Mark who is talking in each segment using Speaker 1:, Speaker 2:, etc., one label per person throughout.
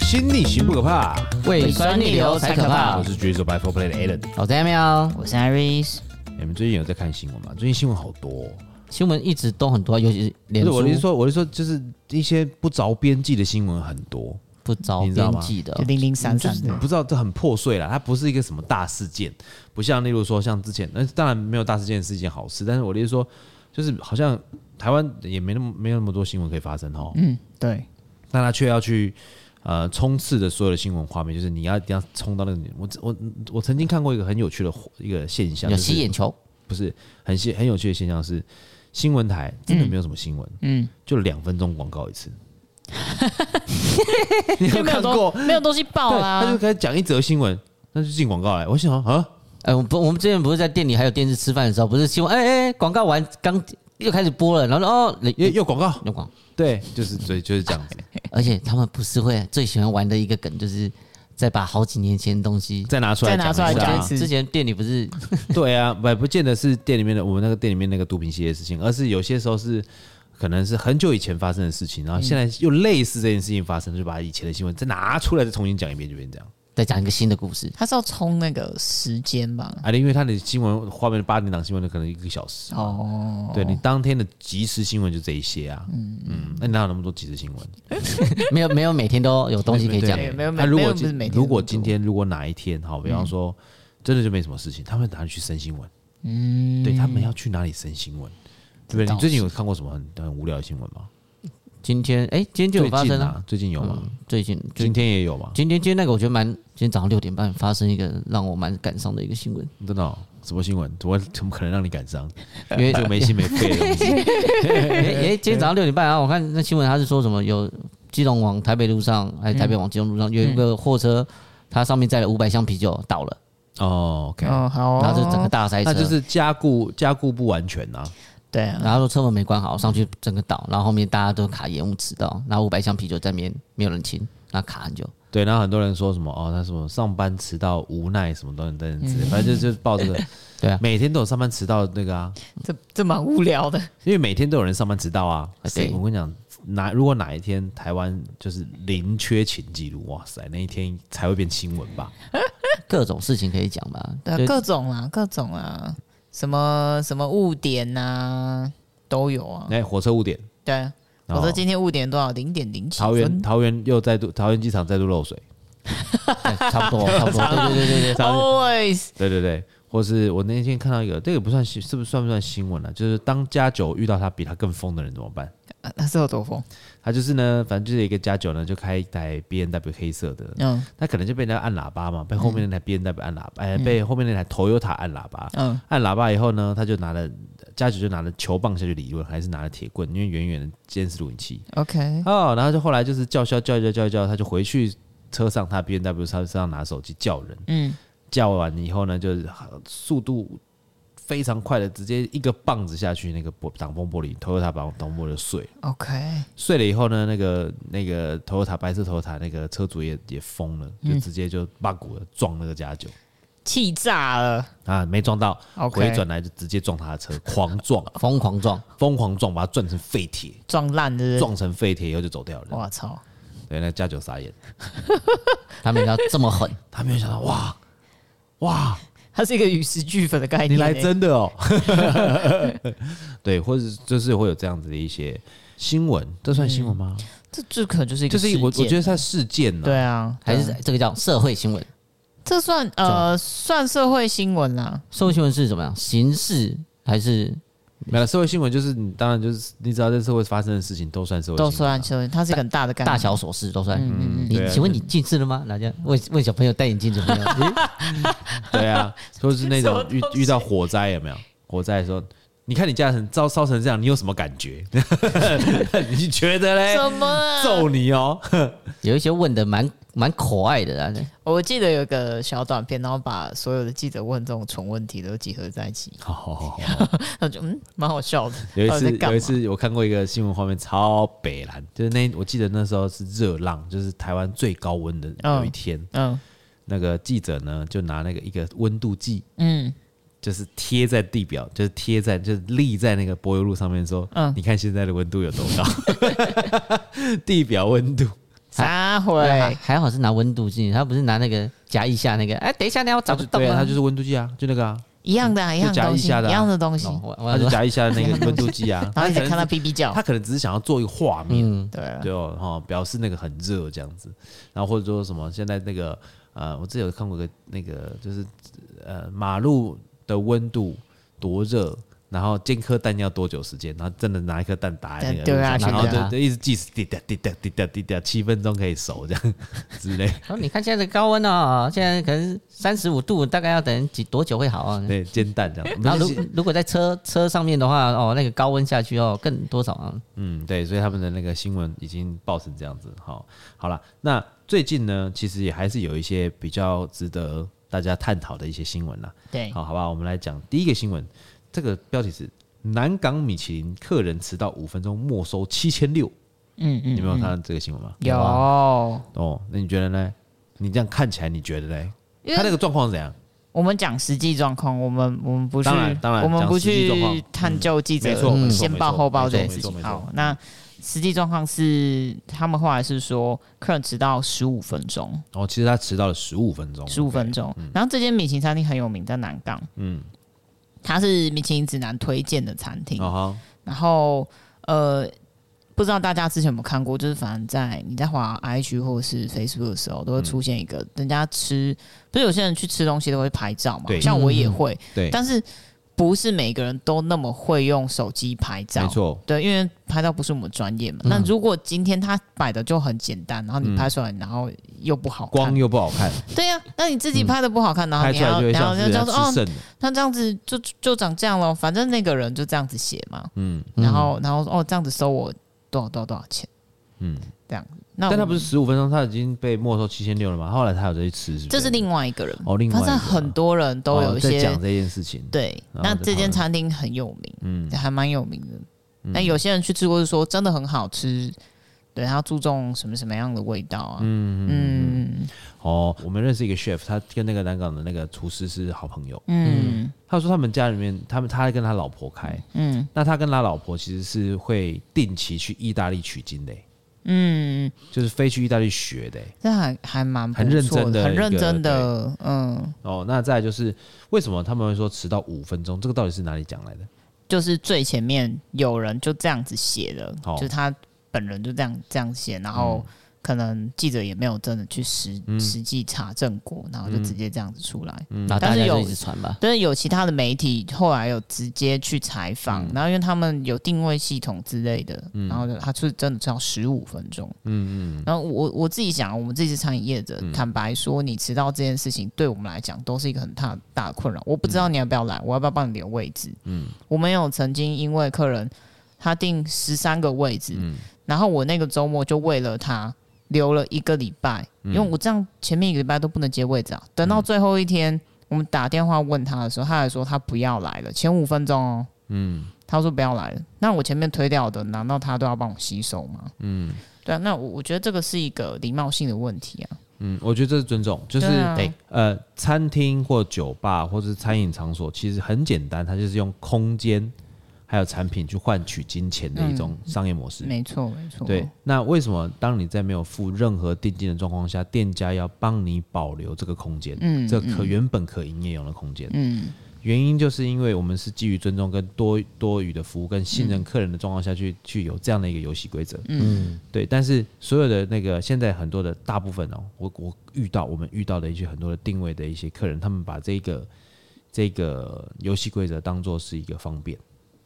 Speaker 1: 行不可怕，
Speaker 2: 胃酸逆流才可怕
Speaker 1: 我。是举手 by Four Play 的 Alan。
Speaker 2: 老在没有？
Speaker 3: 我是 Iris，
Speaker 1: 你们最近有在看新闻吗？最近新闻好多哦、
Speaker 2: 新闻一直都很多，尤其是
Speaker 1: 不
Speaker 2: 脸
Speaker 1: 是我的意思
Speaker 2: 书
Speaker 1: 说，我的意思说就是一些不着边际的新闻很多，
Speaker 2: 不着
Speaker 1: 你知道吗
Speaker 2: 边际的
Speaker 3: 嗯就，零零散
Speaker 1: 就
Speaker 3: 散
Speaker 1: 是你
Speaker 3: 的。
Speaker 1: 不知道这很破碎啦，它不是一个什么大事件，不像例如说像之前，那当然没有大事件是一件好事，但是我的意思说，就是好像台湾也没那么没有那么多新闻可以发生哦，
Speaker 3: 嗯， 对，
Speaker 1: 但他却要去呃冲刺的所有的新闻画面，就是你要一定要冲到那个你。我我我曾经看过一个很有趣的一个现象，
Speaker 2: 有
Speaker 1: 就是
Speaker 2: 吸眼球，
Speaker 1: 不是很现很有趣的现象是，新闻台真的没有什么新闻，
Speaker 3: 嗯，
Speaker 1: 就两分钟广告一 次。你有
Speaker 3: 就没有
Speaker 1: 看过
Speaker 3: 东？没有啊东西爆
Speaker 1: 对，
Speaker 3: 啦
Speaker 1: 他就。开始讲一则新闻，那就进广告来。我想啊，
Speaker 2: 哎，我不，我们之前不是在店里还有电视吃饭的时候，不是新闻，哎哎，广告完刚又开始播了，然后哦，
Speaker 1: 又
Speaker 2: 又
Speaker 3: 嗯
Speaker 1: 又广告，
Speaker 2: 又广，
Speaker 1: 对，就是对，就是这样子。
Speaker 2: 而且他们不是会最喜欢玩的一个梗，就是再把好几年前的东西。
Speaker 1: 再拿出来
Speaker 3: 再
Speaker 1: 讲
Speaker 3: 拿
Speaker 1: 一
Speaker 3: 出
Speaker 1: 下啊，
Speaker 3: 来讲一次
Speaker 2: 之前店里不是
Speaker 1: 对啊，不不见得是店里面的我们那个店里面那个毒品系列的事情，而是有些时候是可能是很久以前发生的事情，
Speaker 3: 嗯
Speaker 1: 然后现在又类似这件事情发生，就把以前的新闻再拿出来再重新讲一遍，就变这样。
Speaker 2: 在讲一个新的故事，
Speaker 3: 他是要冲那个时间吧？
Speaker 1: 啊，因为它的新闻画面八点档新闻的可能一个小时，
Speaker 3: 哦，
Speaker 1: 对你当天的即时新闻就这一些啊，嗯那你哪有那么多即时新闻？
Speaker 2: 没有没有每天都有东西可以讲
Speaker 1: 对，
Speaker 3: 没有没
Speaker 1: 那
Speaker 3: 有
Speaker 1: 如
Speaker 3: 没
Speaker 1: 果
Speaker 3: 有不是每
Speaker 1: 今
Speaker 3: 天
Speaker 1: 如果
Speaker 3: 那么多
Speaker 1: 今天如果哪一天好，比方说真的就没什么事情，他们打算去升新闻，嗯，对他们要去哪里升新闻？对不
Speaker 2: 这
Speaker 1: 对？
Speaker 2: 倒
Speaker 1: 你最近有看过什么很很无聊的新闻吗？
Speaker 2: 今天哎，今天就有发
Speaker 1: 最
Speaker 2: 生嗯
Speaker 1: 近
Speaker 2: 了，
Speaker 1: 啊，最近啊有吗？
Speaker 2: 最近就
Speaker 1: 今天也有吗？
Speaker 2: 今天今天那个我觉得蛮，今天早上六点半发生一个让我蛮感伤的一个新闻，
Speaker 1: 真的哦、什么新闻？怎么怎么可能让你感伤？
Speaker 2: 因为
Speaker 1: 这个没 心没肺的东西。
Speaker 2: 诶诶，今天早上六点半啊，我看那新闻，他是说什么有基隆往台北路上，还是台北往基隆路上有一个货车，它上面载了五百箱啤酒倒了，
Speaker 1: 哦，OK，
Speaker 3: 哦好哦，
Speaker 2: 然后就整个大塞车，
Speaker 1: 那就是加固加固不完全呐。
Speaker 3: 对啊，
Speaker 2: 然后说车门没关好，上去整个倒，然后后面大家都卡延误迟到，然后五百箱啤酒在那边没有人清，那卡很久，
Speaker 1: 对，然后很多人说什么哦，他什么上班迟到无奈什么等等等之类，反正就就是报这个。
Speaker 2: 对啊
Speaker 1: 每天都有上班迟到的那个啊，
Speaker 3: 这这蛮无聊的。
Speaker 1: 因为每天都有人上班迟到啊。
Speaker 2: 对
Speaker 1: 我跟你讲，哪如果哪一天台湾就是零缺勤记录，哇塞，那一天才会变新闻吧？
Speaker 2: 各种事情可以讲吧，
Speaker 3: 对啊
Speaker 2: 就
Speaker 3: 各种啦，各种啦，什么什么误点呐、都有啊。
Speaker 1: 哎，火车误点，
Speaker 3: 对啊，
Speaker 1: 然
Speaker 3: 我
Speaker 1: 后
Speaker 3: 说今天误点多少？零点零几
Speaker 1: 桃园
Speaker 3: 分。
Speaker 1: 桃园又再度桃园机场再度漏水，
Speaker 2: 对差不多，差不多，对对对对对，
Speaker 3: Always
Speaker 1: 对对对，或是我那天看到一个，这个不算新，是不是算不算新闻呢、啊就是当加九遇到他比他更疯的人怎么办？
Speaker 3: 啊，那是有多疯？
Speaker 1: 他就是呢，反正就是一个加九呢，就开一台 B N W 黑色的，
Speaker 3: 嗯
Speaker 1: 他可能就被人家按喇叭嘛，被后面那台 B N W 按喇叭，哎、被后面那台 Toyota 按喇叭，
Speaker 3: 嗯，
Speaker 1: 按喇叭以后呢，他就拿了加九就拿了球棒下去理论，还是拿了铁棍，因为远远的监视录影器，
Speaker 3: OK，
Speaker 1: 哦，然后就后来就是叫嚣叫一叫叫一叫，他就回去车上，他 B N W 车上拿手机叫人，
Speaker 3: 嗯，
Speaker 1: 叫完以后呢，就是速度非常快的，直接一个棒子下去，那个玻挡风玻璃，Toyota 挡挡风玻璃就碎了。
Speaker 3: OK，
Speaker 1: 碎了以后呢，那个那个 Toyota 白色 Toyota 那个车主也也疯了，
Speaker 3: 嗯
Speaker 1: 就直接就八股了撞那个加九。
Speaker 3: 气炸了。
Speaker 1: 啊，没撞到
Speaker 3: OK
Speaker 1: 回转来就直接撞他的车，狂 撞，
Speaker 2: 疯狂撞，
Speaker 1: 疯狂撞，把他撞成废铁，
Speaker 3: 撞烂的，
Speaker 1: 撞成废铁以后就走掉了。
Speaker 3: 我操！
Speaker 1: 对，那加九傻眼，
Speaker 2: 他没想到这么狠，
Speaker 1: 他没有想到，哇哇，
Speaker 3: 它是一个与时俱焚的概念、
Speaker 1: 你来
Speaker 3: 欸
Speaker 1: 真的哦， 对，或者就是会有这样子的一些新闻，这算新闻吗？
Speaker 3: 这这可能就是一
Speaker 1: 就
Speaker 3: 个
Speaker 1: 是我
Speaker 3: 嗯事件
Speaker 1: 我觉得算事件呢、
Speaker 3: 对啊，
Speaker 2: 还是
Speaker 3: 对啊
Speaker 2: 这个叫社会新闻。
Speaker 3: 这算呃算社会新闻啊啦。
Speaker 2: 社会新闻是怎么样？刑事还是
Speaker 1: 没有社会新闻，就是你当然就是你只要在社会发生的事情都算社会新闻啊，
Speaker 3: 都算社会，它是一个很大的概念。
Speaker 2: 大小琐事都算？你
Speaker 1: 对啊
Speaker 2: 请问你近视了吗？哪家问问小朋友戴眼镜怎么样？ 诶
Speaker 1: 对啊，就是那种
Speaker 3: 什么
Speaker 1: 遇
Speaker 3: 东西
Speaker 1: 遇到火灾有没有？火灾的时候，你看你家人烧烧成这样，你有什么感觉？ 你觉得嘞？
Speaker 3: 什么啊？
Speaker 1: 揍你哦！
Speaker 2: 有一些问的蛮蛮可爱的啊，
Speaker 3: 我记得有个小短片，然后把所有的记者问这种蠢问题都集合在一起，
Speaker 1: 好好好好，
Speaker 3: 他就嗯，蛮好笑的。
Speaker 1: 有一
Speaker 3: 到底
Speaker 1: 次
Speaker 3: 在干
Speaker 1: 有
Speaker 3: 嘛
Speaker 1: 一，次我看过一个新闻画面，超北蓝，就是那我记得那时候是热浪，就是台湾最高温的
Speaker 3: 嗯
Speaker 1: 有一天，
Speaker 3: 嗯
Speaker 1: 那个记者呢就拿那个一个温度计，
Speaker 3: 嗯，
Speaker 1: 就是贴在地表，就是贴在就是立在那个柏油路上面说，
Speaker 3: 嗯
Speaker 1: 你看现在的温度有多高，地表温度。
Speaker 3: 啥会？
Speaker 2: 还还好是拿温度计，他不是拿那个夹一下那
Speaker 1: 哦
Speaker 2: 个。哎，等一下，等一下我
Speaker 1: 他
Speaker 2: 找不
Speaker 1: 就
Speaker 2: 到
Speaker 1: 对啊，
Speaker 2: 了。
Speaker 1: 他就是温度计啊，就那个啊，
Speaker 3: 一样的啊，一样的
Speaker 1: 夹
Speaker 3: 东
Speaker 1: 一
Speaker 3: 西，一
Speaker 1: 下的啊
Speaker 3: 样的东西。
Speaker 2: 哦我我
Speaker 1: 他
Speaker 2: 要
Speaker 1: 就
Speaker 2: 说，
Speaker 1: 夹一下那个温度计 啊，
Speaker 3: 然后你
Speaker 1: 他可
Speaker 3: 再看到
Speaker 1: 能
Speaker 3: B B 叫
Speaker 1: 他，可能只是想要做一个画面，
Speaker 2: 嗯，
Speaker 3: 对啊了，
Speaker 1: 对哦，哈、表示那个很热这样子，然后或者说什么现在那个呃，我之前有看过一个那个就是呃马路的温度多热。然后煎颗蛋要多久时间？然后真的拿一颗蛋打在那个
Speaker 3: 对
Speaker 1: 路
Speaker 3: 对啊
Speaker 1: 上，然后
Speaker 2: 真的啊
Speaker 1: 就就一直计时，滴答滴答滴答滴答，七分钟可以熟这样之 类。
Speaker 2: 然后你看现在的高温啊，现在可能三十五度，大概要等几多久会好啊？
Speaker 1: 对，煎蛋这样。
Speaker 2: 然后
Speaker 1: 不是
Speaker 2: 如如果在车车上面的话，哦，那个高温下去哦，更多少啊？
Speaker 1: 嗯，对，所以他们的那个新闻已经报成这样子。好，好了，那最近呢，其实也还是有一些比较值得大家探讨的一些新闻啦。
Speaker 3: 对，
Speaker 1: 好，好吧，我们来讲第一个新闻，这个标题是“南港米其林客人迟到五分钟没收七千六
Speaker 3: 嗯”，
Speaker 1: 你
Speaker 3: 嗯，
Speaker 1: 没有看到这个新闻吗？
Speaker 3: 有。啊
Speaker 1: 哦，那你觉得呢？你这样看起来，你觉得呢？
Speaker 3: 因为
Speaker 1: 他那个状况是怎样？
Speaker 3: 我们讲实际状况，我们我们不去
Speaker 1: 当然，当然
Speaker 3: 我们
Speaker 1: 讲
Speaker 3: 不
Speaker 1: 实际状况嗯
Speaker 3: 去探究记者
Speaker 1: 没错没错
Speaker 3: 先报
Speaker 1: 没错
Speaker 3: 后报这件
Speaker 1: 没错
Speaker 3: 事
Speaker 1: 没
Speaker 3: 情。
Speaker 1: 错没错嗯
Speaker 3: 好，那实际状况是，他们后来是说客人迟到十五分钟，
Speaker 1: 哦，其实他迟到了十五分钟，
Speaker 3: 十五分钟。然后这间米其林餐厅很有名，在南港，
Speaker 1: 嗯，
Speaker 3: 它是米其林指南推荐的餐厅。
Speaker 1: 哦哈，
Speaker 3: 然后呃，不知道大家之前有没有看过，就是反正在你在滑 IG 或者是 Facebook 的时候，
Speaker 1: 嗯
Speaker 3: 都会出现一个人家吃，不是有些人去吃东西都会拍照嘛，
Speaker 1: 对
Speaker 3: 像我也会，
Speaker 1: 对，
Speaker 3: 但是不是每个人都那么会用手机拍照
Speaker 1: 没。错，嗯
Speaker 3: 对，因为拍照不是我们专业嘛。那如果今天他摆的就很简单，然后你拍出来，然后又不好看
Speaker 1: 光，又不好看，
Speaker 3: 对呀、那你自己拍的不好看，然后
Speaker 1: 拍
Speaker 3: 你
Speaker 1: 出来
Speaker 3: 要，
Speaker 1: 就会
Speaker 3: 然
Speaker 1: 像
Speaker 3: 后
Speaker 1: 是
Speaker 3: 就
Speaker 1: 人
Speaker 3: 叫
Speaker 1: 家
Speaker 3: 说哦
Speaker 1: 吃，剩的。
Speaker 3: 那这样子就就长这样咯，反正那个人就这样子写嘛。
Speaker 1: 嗯
Speaker 3: 然后然后哦这样子收我多少多少多少钱，
Speaker 1: 嗯，
Speaker 3: 那
Speaker 1: 但他
Speaker 3: 我
Speaker 1: 不是十五分钟，他已经被没收七千六了嘛？后来他有再去吃，是不
Speaker 3: 这是另外一个人，
Speaker 1: 哦，另外
Speaker 3: 反
Speaker 1: 一个
Speaker 3: 正很多人都有
Speaker 1: 哦
Speaker 3: 一
Speaker 1: 在
Speaker 3: 些、
Speaker 1: 讲这件事情，
Speaker 3: 对，
Speaker 1: 然后
Speaker 3: 那
Speaker 1: 再
Speaker 3: 这
Speaker 1: 讨论
Speaker 3: 间餐厅很有名，
Speaker 1: 嗯
Speaker 3: 还蛮有名的。那有些人去吃过就说真的很好吃，对，他注重什么什么样的味道啊，嗯嗯
Speaker 1: 哦，我们认识一个 chef，他跟那个南港的那个厨师是好朋友。
Speaker 3: 嗯
Speaker 1: 他说他们家里面，他们他跟他老婆开，
Speaker 3: 嗯
Speaker 1: 那他跟他老婆其实是会定期去意大利取经的欸、
Speaker 3: 嗯，
Speaker 1: 就是飞去意大利学的欸、
Speaker 3: 这还还蛮不
Speaker 1: 很认
Speaker 3: 错
Speaker 1: 真的
Speaker 3: 很
Speaker 1: 一个
Speaker 3: 认真的，嗯，
Speaker 1: 哦，那再来就是为什么他们会说迟到五分钟？这个到底是哪里讲来的？
Speaker 3: 就是最前面有人就这样子写的，
Speaker 1: 哦
Speaker 3: 就是他本人就这样这样写，然后
Speaker 1: 嗯
Speaker 3: 可能记者也没有真的去实、实际查证过，然后
Speaker 1: 嗯
Speaker 3: 就直接这样子出来。
Speaker 2: 那大
Speaker 3: 但是
Speaker 2: 家就
Speaker 3: 有
Speaker 2: 一直传吧。
Speaker 3: 但是有其他的媒体后来有直接去采访，然后因为他们有定位系统之类的，然后就他是真的只要十五分钟。嗯嗯。然后我我自己想，我们这些餐饮业者，坦白说，你迟到这件事情对我们来讲都是一个很大大的困扰。我不知道你要不要来，我要不要帮你留位置？嗯，我们有曾经因为客人他订十三个位置，然后我那个周末就为了他。留了一个礼拜，因为我这样前面一个礼拜都不能接位置啊，等到最后一天，我们打电话问他的时候，他还说他不要来了，前五分钟哦，嗯，他说不要来了。那我前面推掉的，难道他都要帮我洗手吗？嗯，对啊，那我我觉得这个是一个礼貌性的问题啊，
Speaker 1: 嗯，我觉得这是尊重，就是、
Speaker 3: 对啊
Speaker 2: 对
Speaker 1: 呃，餐厅或酒吧或是餐饮场所，其实很简单，它就是用空间还有产品去换取金钱的一种
Speaker 3: 嗯
Speaker 1: 商业模式。
Speaker 3: 没错没错，
Speaker 1: 对，那为什么当你在没有付任何定金的状况下，店家要帮你保留这个空间，
Speaker 3: 嗯
Speaker 1: 这可原本可营业用的空间？
Speaker 3: 嗯
Speaker 1: 原因就是因为我们是基于尊重跟多多余的服务跟信任客人的状况下去、去有这样的一个游戏规则。
Speaker 3: 嗯
Speaker 1: 对，但是所有的那个现在很多的大部分哦，我我遇到我们遇到的一些很多的定位的一些客人，他们把这个这个游戏规则当做是一个方便，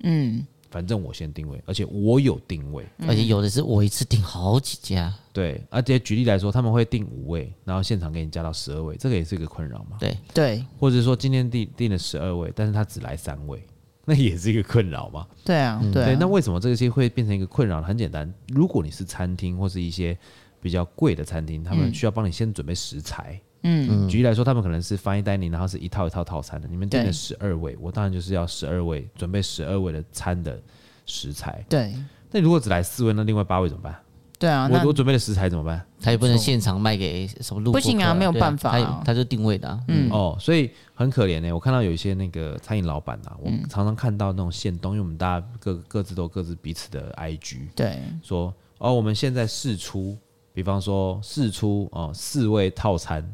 Speaker 3: 嗯，
Speaker 1: 反正我先定位，而且我有定位。
Speaker 2: 而且有的是我一次订好几家，
Speaker 1: 对，而且举例来说，他们会定五位，然后现场给你加到十二位，这个也是一个困扰嘛。
Speaker 2: 对，
Speaker 3: 对
Speaker 1: 或者说今天定定了十二位，但是他只来三位，那也是一个困扰嘛。
Speaker 3: 对啊对啊
Speaker 1: 嗯对，那为什么这些会变成一个困扰？很简单，如果你是餐厅或是一些比较贵的餐厅，他们需要帮你先准备食材。嗯，举例来说，他们可能是 fine dining，然后是一套一套套餐的。你们订
Speaker 3: 对
Speaker 1: 了十二位，我当然就是要十二位，准备十二位的餐的食材。
Speaker 3: 对
Speaker 1: 那如果只来四位，那另外八位怎么办？
Speaker 3: 对啊，那
Speaker 1: 我我准备的食材怎么办？
Speaker 2: 他也不能
Speaker 3: 没错
Speaker 2: 现场卖给什么路
Speaker 3: 不行啊
Speaker 2: 过客
Speaker 3: 没有
Speaker 2: 对啊
Speaker 3: 办法啊
Speaker 2: 他他就定位的啊，
Speaker 1: 嗯哦，所以很可怜呢、我看到有一些那个餐饮老板啊，
Speaker 3: 嗯
Speaker 1: 我常常看到那种现东，因为我们大家各各自都有各自彼此的 IG，
Speaker 3: 对
Speaker 1: 说哦，我们现在试出比方说试出哦四味套餐，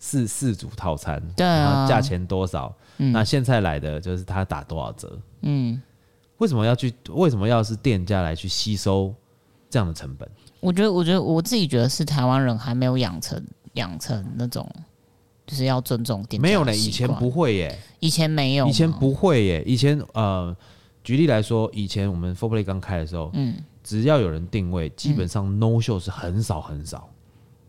Speaker 1: 四四组套餐，
Speaker 3: 对啊
Speaker 1: 然后价钱多少？那现在来的就是他打多少折？
Speaker 3: 嗯，
Speaker 1: 为什么要去？为什么要是店家来去吸收这样的成本？
Speaker 3: 我觉得，我觉得我自己觉得是台湾人还没有养成养成那种就是要尊重店家的
Speaker 1: 没有呢，
Speaker 3: 习
Speaker 1: 以前
Speaker 3: 惯
Speaker 1: 不会耶，
Speaker 3: 以前没有吗，
Speaker 1: 以前不会耶，以前呃，举例来说，以前我们 Four Play 刚开的时候，嗯，只要有人定位，
Speaker 3: 嗯
Speaker 1: 基本上 No Show 是很少很少，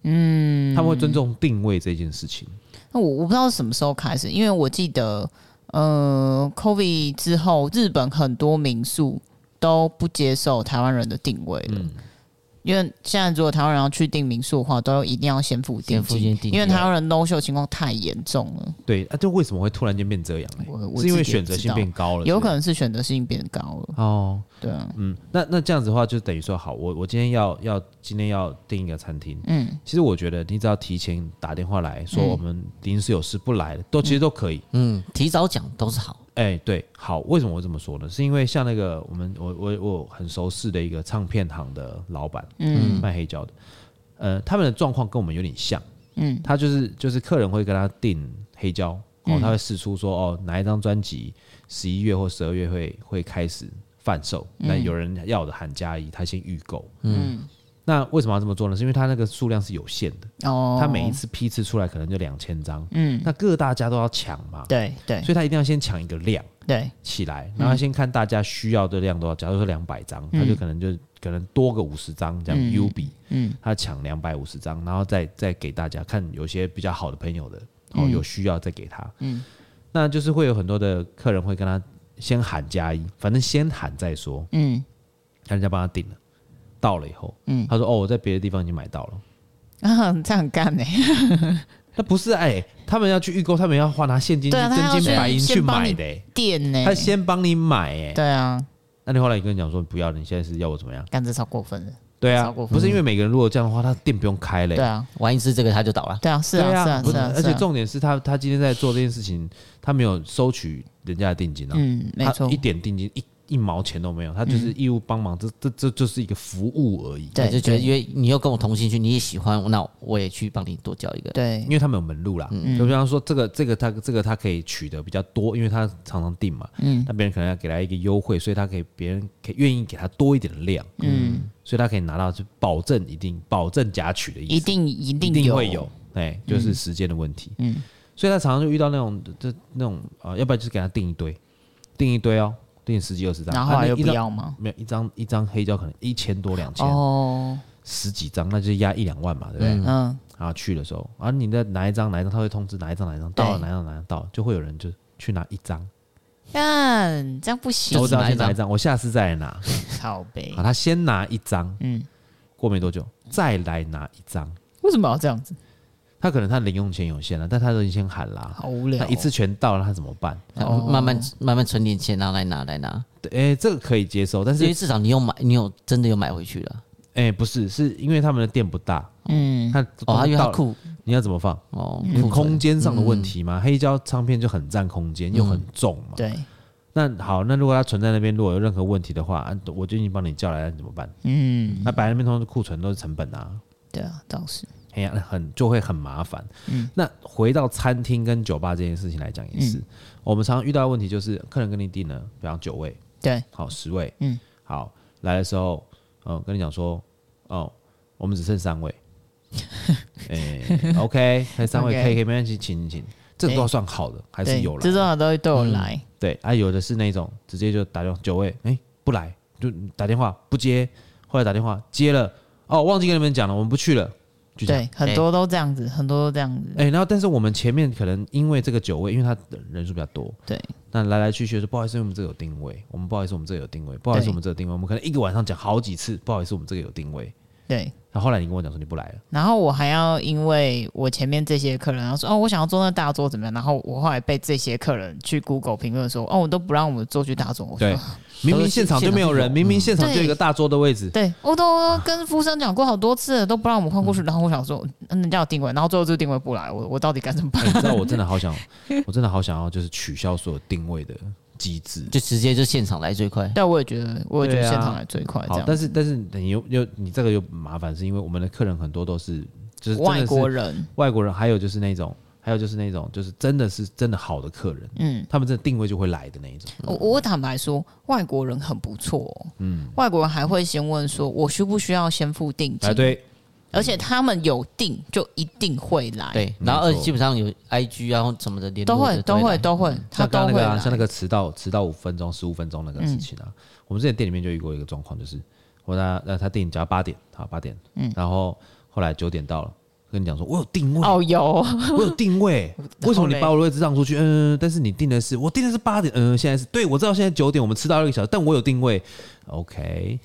Speaker 1: 嗯，他们会尊重定位这件事情，
Speaker 3: 那我我不知道是什么时候开始，因为我记得，呃，COVID 之后，日本很多民宿都不接受台湾人的定位
Speaker 1: 嗯
Speaker 3: 了。因为现在如果台湾人要去订民宿的话，都一定要先付定
Speaker 2: 先付
Speaker 3: 金，
Speaker 2: 定金
Speaker 3: 因为台湾人 no show 情况太严重了，
Speaker 1: 对，啊，这为什么会突然间变这样呢？
Speaker 3: 我我
Speaker 1: 是因为
Speaker 3: 自己也
Speaker 1: 选择
Speaker 3: 知
Speaker 1: 性
Speaker 3: 道
Speaker 1: 变高了，
Speaker 3: 有
Speaker 1: 是不
Speaker 3: 可
Speaker 1: 是
Speaker 3: 能是选择性变高了。
Speaker 1: 哦，
Speaker 3: 对啊，
Speaker 1: 嗯，那那这样子的话，就等于说，好，我我今天要要今天要订一个餐厅，嗯，其实我觉得你只要提前打电话来
Speaker 3: 嗯
Speaker 1: 说我们临时有事不来了，都其实都可以，
Speaker 2: 嗯，提早讲都是好。
Speaker 1: 哎、对，好，为什么我这么说呢？是因为像那个我们我我我很熟识的一个唱片行的老板，嗯，卖黑胶的，呃，他们的状况跟我们有点像，嗯，他就是就是客人会跟他订黑胶，
Speaker 3: 嗯
Speaker 1: 哦，他会试出说哦哪一张专辑十一月或十二月会会开始贩售，
Speaker 3: 嗯
Speaker 1: 那有人要的喊加一，他先预购，嗯，那为什么要这么做呢？是因为他那个数量是有限的，
Speaker 3: 哦，
Speaker 1: 他每一次批次出来可能就两千张，
Speaker 3: 嗯，
Speaker 1: 那各大家都要抢嘛，
Speaker 3: 对对
Speaker 1: 所以他一定要先抢一个量。
Speaker 3: 对，
Speaker 1: 起来，然后先看大家需要的量多少。假如说两百张，他就可能就可能多个五十张这样 U 比，
Speaker 3: 嗯
Speaker 1: 他抢两百五十张，然后再再给大家看，有些比较好的朋友的，哦，有需要再给他，
Speaker 3: 嗯
Speaker 1: 那就是会有很多的客人会跟他先喊加一，反正先喊再说，
Speaker 3: 嗯，
Speaker 1: 让人家帮他订了，到了以后，
Speaker 3: 嗯
Speaker 1: 他说哦，我在别的地方已经买到了。
Speaker 3: 啊，这样干呢、
Speaker 1: 那不是哎、他们要去预购，他们要花拿现金、
Speaker 3: 对啊他
Speaker 1: 真
Speaker 3: 要
Speaker 1: 金
Speaker 3: 先
Speaker 1: 白银去
Speaker 3: 先帮
Speaker 1: 买
Speaker 3: 你
Speaker 1: 的、欸，
Speaker 3: 店呢、
Speaker 1: 他先帮你买、欸，哎，
Speaker 3: 对啊，
Speaker 1: 那你后来跟你讲说不要了，你现在是要我怎么样？
Speaker 3: 干这超过分的，
Speaker 1: 对啊
Speaker 3: 超过，分
Speaker 1: 不是因为每个人如果这样的话，他店不用开嘞、
Speaker 3: 对啊，
Speaker 2: 玩一次这个他就倒了。
Speaker 3: 对啊，是
Speaker 1: 对
Speaker 3: 啊，
Speaker 1: 啊，
Speaker 3: 是啊，
Speaker 1: 不
Speaker 3: 是啊，
Speaker 1: 而
Speaker 3: 是
Speaker 1: 且
Speaker 3: 啊
Speaker 1: 重点是他他今天在做这件事情，他没有收取人家的定金啊，
Speaker 3: 嗯，没
Speaker 1: 他
Speaker 3: 错嗯
Speaker 1: 一，点定金一一毛钱都没有，他就是义务帮忙，这这这就是一个服务而已。
Speaker 3: 对
Speaker 2: 我就觉得
Speaker 3: 对
Speaker 2: 因为你又跟我同兴趣，你也喜欢，那我也去帮你多交一个。
Speaker 3: 对
Speaker 1: 因，为他们有门路啦，
Speaker 3: 嗯
Speaker 1: 就比方说这个这个他这个他可以取得比较多，因为他常常订嘛，
Speaker 3: 嗯
Speaker 1: 那别人可能要给他一个优惠，所以他可以别人可以愿意给他多一点的量，
Speaker 3: 嗯，
Speaker 1: 所以他可以拿到就保证一定保证夹取的意思。
Speaker 3: 一定一
Speaker 1: 一
Speaker 3: 定
Speaker 1: 定
Speaker 3: 有
Speaker 1: 会有，哎，就是时间的问题。
Speaker 3: 嗯
Speaker 1: 所以他常常就遇到那种这那种呃，要不然就是给他订一堆，订一堆哦，订十几二十张，
Speaker 3: 然后后
Speaker 1: 啊那
Speaker 3: 来又
Speaker 1: 一
Speaker 3: 不
Speaker 1: 张
Speaker 3: 要吗？
Speaker 1: 没有一张一张黑胶可能一千多两千、
Speaker 3: 哦，
Speaker 1: 十几张，那就压一两万嘛，对不对？
Speaker 3: 嗯，
Speaker 1: 然后去的时候，啊，你的哪一张哪一张，他会通知哪一张哪一张到了
Speaker 3: 对
Speaker 1: 哪一张哪一张到了，就会有人就去拿一张，
Speaker 3: 但这样不行啊
Speaker 1: 我知
Speaker 2: 就是
Speaker 1: 道
Speaker 2: 拿一
Speaker 1: 先
Speaker 2: 张
Speaker 1: 拿一张，我下次再来拿。好，
Speaker 3: 靠背，
Speaker 1: 他先拿一张，
Speaker 3: 嗯，
Speaker 1: 过没多久再来拿一张，
Speaker 3: 为什么要这样子？
Speaker 1: 他可能他零用钱有限了，啊但他都已经先喊啦、
Speaker 3: 好无聊
Speaker 1: 那
Speaker 2: 啊
Speaker 3: 哦，
Speaker 1: 一次全到了，他怎么办？
Speaker 2: 然后慢慢慢慢存点钱，然后来拿来拿，
Speaker 1: 对哎、这个可以接受，但是
Speaker 2: 因为至少你有买，你有真的有买回去了。
Speaker 1: 哎、不是，是因为他们的店不大，
Speaker 3: 嗯，
Speaker 1: 他
Speaker 2: 哦，他因为他
Speaker 1: 到
Speaker 2: 酷
Speaker 1: 你要怎么放？
Speaker 2: 哦，
Speaker 1: 有
Speaker 2: 库存
Speaker 1: 空间上的问题
Speaker 2: 嗯
Speaker 1: 嘛，黑胶唱片就很占空间，又很重嘛。
Speaker 3: 对，
Speaker 1: 那好，那如果它存在那边，如果有任何问题的话，啊我就已经帮你叫来了，你怎么办？
Speaker 3: 嗯，
Speaker 1: 那摆在那边通常库存都是成本啊，
Speaker 3: 对啊，倒是，
Speaker 1: 哎呀，很就会很麻烦。
Speaker 2: 嗯
Speaker 1: 那回到餐厅跟酒吧这件事情来讲也是，我们常常遇到的问题就是，客人跟你订了，比方九位，
Speaker 3: 对，
Speaker 1: 好十位，
Speaker 3: 嗯，
Speaker 1: 好来的时候，嗯，跟你讲说，哦，我们只剩三 位，哎、o k 那三位
Speaker 3: OK 哎
Speaker 1: 可以可以没问题，请请，这个都算好的，还是
Speaker 3: 对
Speaker 1: 有，了，
Speaker 3: 这种的都会对我来，
Speaker 1: 对啊，有的是那种直接就打电话九位，哎、不来就打电话不接，后来打电话接了，哦，忘记跟你们讲了，我们不去了，就这样。
Speaker 3: 对，很多都这样子，很多都这样子，
Speaker 1: 哎、然后但是我们前面可能因为这个九位，因为他人数比较多，
Speaker 3: 对，
Speaker 1: 那来来去去说不好意思，我们这个有定位，我们不好意思，我们这个有定位，不好意思，
Speaker 3: 对
Speaker 1: 我们这个有定位，我们可能一个晚上讲好几次，不好意思，我们这个有定位。
Speaker 3: 对。
Speaker 1: 然后后来你跟我讲说你不来了，
Speaker 3: 然后我还要因为我前面这些客人，然后说哦，我想要坐那大桌怎么样？然后我后来被这些客人去 Google 评论说，哦，我都不让我们坐去大桌。我说
Speaker 1: 对，明明现场就没有人，
Speaker 3: 嗯
Speaker 1: 明明现场就有一个大桌的位置，
Speaker 3: 对，我都跟服务生讲过好多次了，都不让我们换过去。然后我想说，嗯人家有定位，然后最后就定位不来，我我到底该怎么办
Speaker 1: 哎？你知道我真的好想，我真的好想要就是取消所有定位的机制。
Speaker 2: 就直接就现场来最快。
Speaker 3: 但我也觉得，我也觉得
Speaker 1: 对啊
Speaker 3: 现场来最快这
Speaker 1: 好，
Speaker 3: 样。
Speaker 1: 但是但是你又又你这个又麻烦，是因为我们的客人很多都是就是真的是
Speaker 3: 外国人，
Speaker 1: 外国人，还有就是那种还有就是那种就是真的是真的好的客人，
Speaker 3: 嗯，
Speaker 1: 他们这定位就会来的那一种。
Speaker 3: 我我坦白说，外国人很不错、哦，嗯，外国人还会先问说，我需不需要先付定金？
Speaker 1: 哎，，对，
Speaker 3: 而且他们有定就一定会来，，
Speaker 2: 对，
Speaker 1: 没
Speaker 2: 然后而
Speaker 1: 错
Speaker 2: 且基本上有 IG 啊或什么的联
Speaker 3: 都
Speaker 2: 络
Speaker 3: 会
Speaker 2: 的
Speaker 3: 都会
Speaker 2: 来
Speaker 3: 都会，他
Speaker 1: 像刚刚
Speaker 3: 都
Speaker 1: 那
Speaker 3: 会
Speaker 1: 个、啊、
Speaker 3: 来，嗯
Speaker 1: 像那个迟到迟到五分钟、十五分钟那个事情啊，我们之前店里面就遇过一个状况，就是我让他让他定假八点，好八点，嗯，然后后来九点到了，跟你讲说我有定位，
Speaker 3: 哦有，
Speaker 1: 我有定位，为什么你把我的位置让出去？嗯，但是你定的是我定的是八点，嗯，现在是对我知道现在九点，我们迟到一个小时，但我有定位，OK？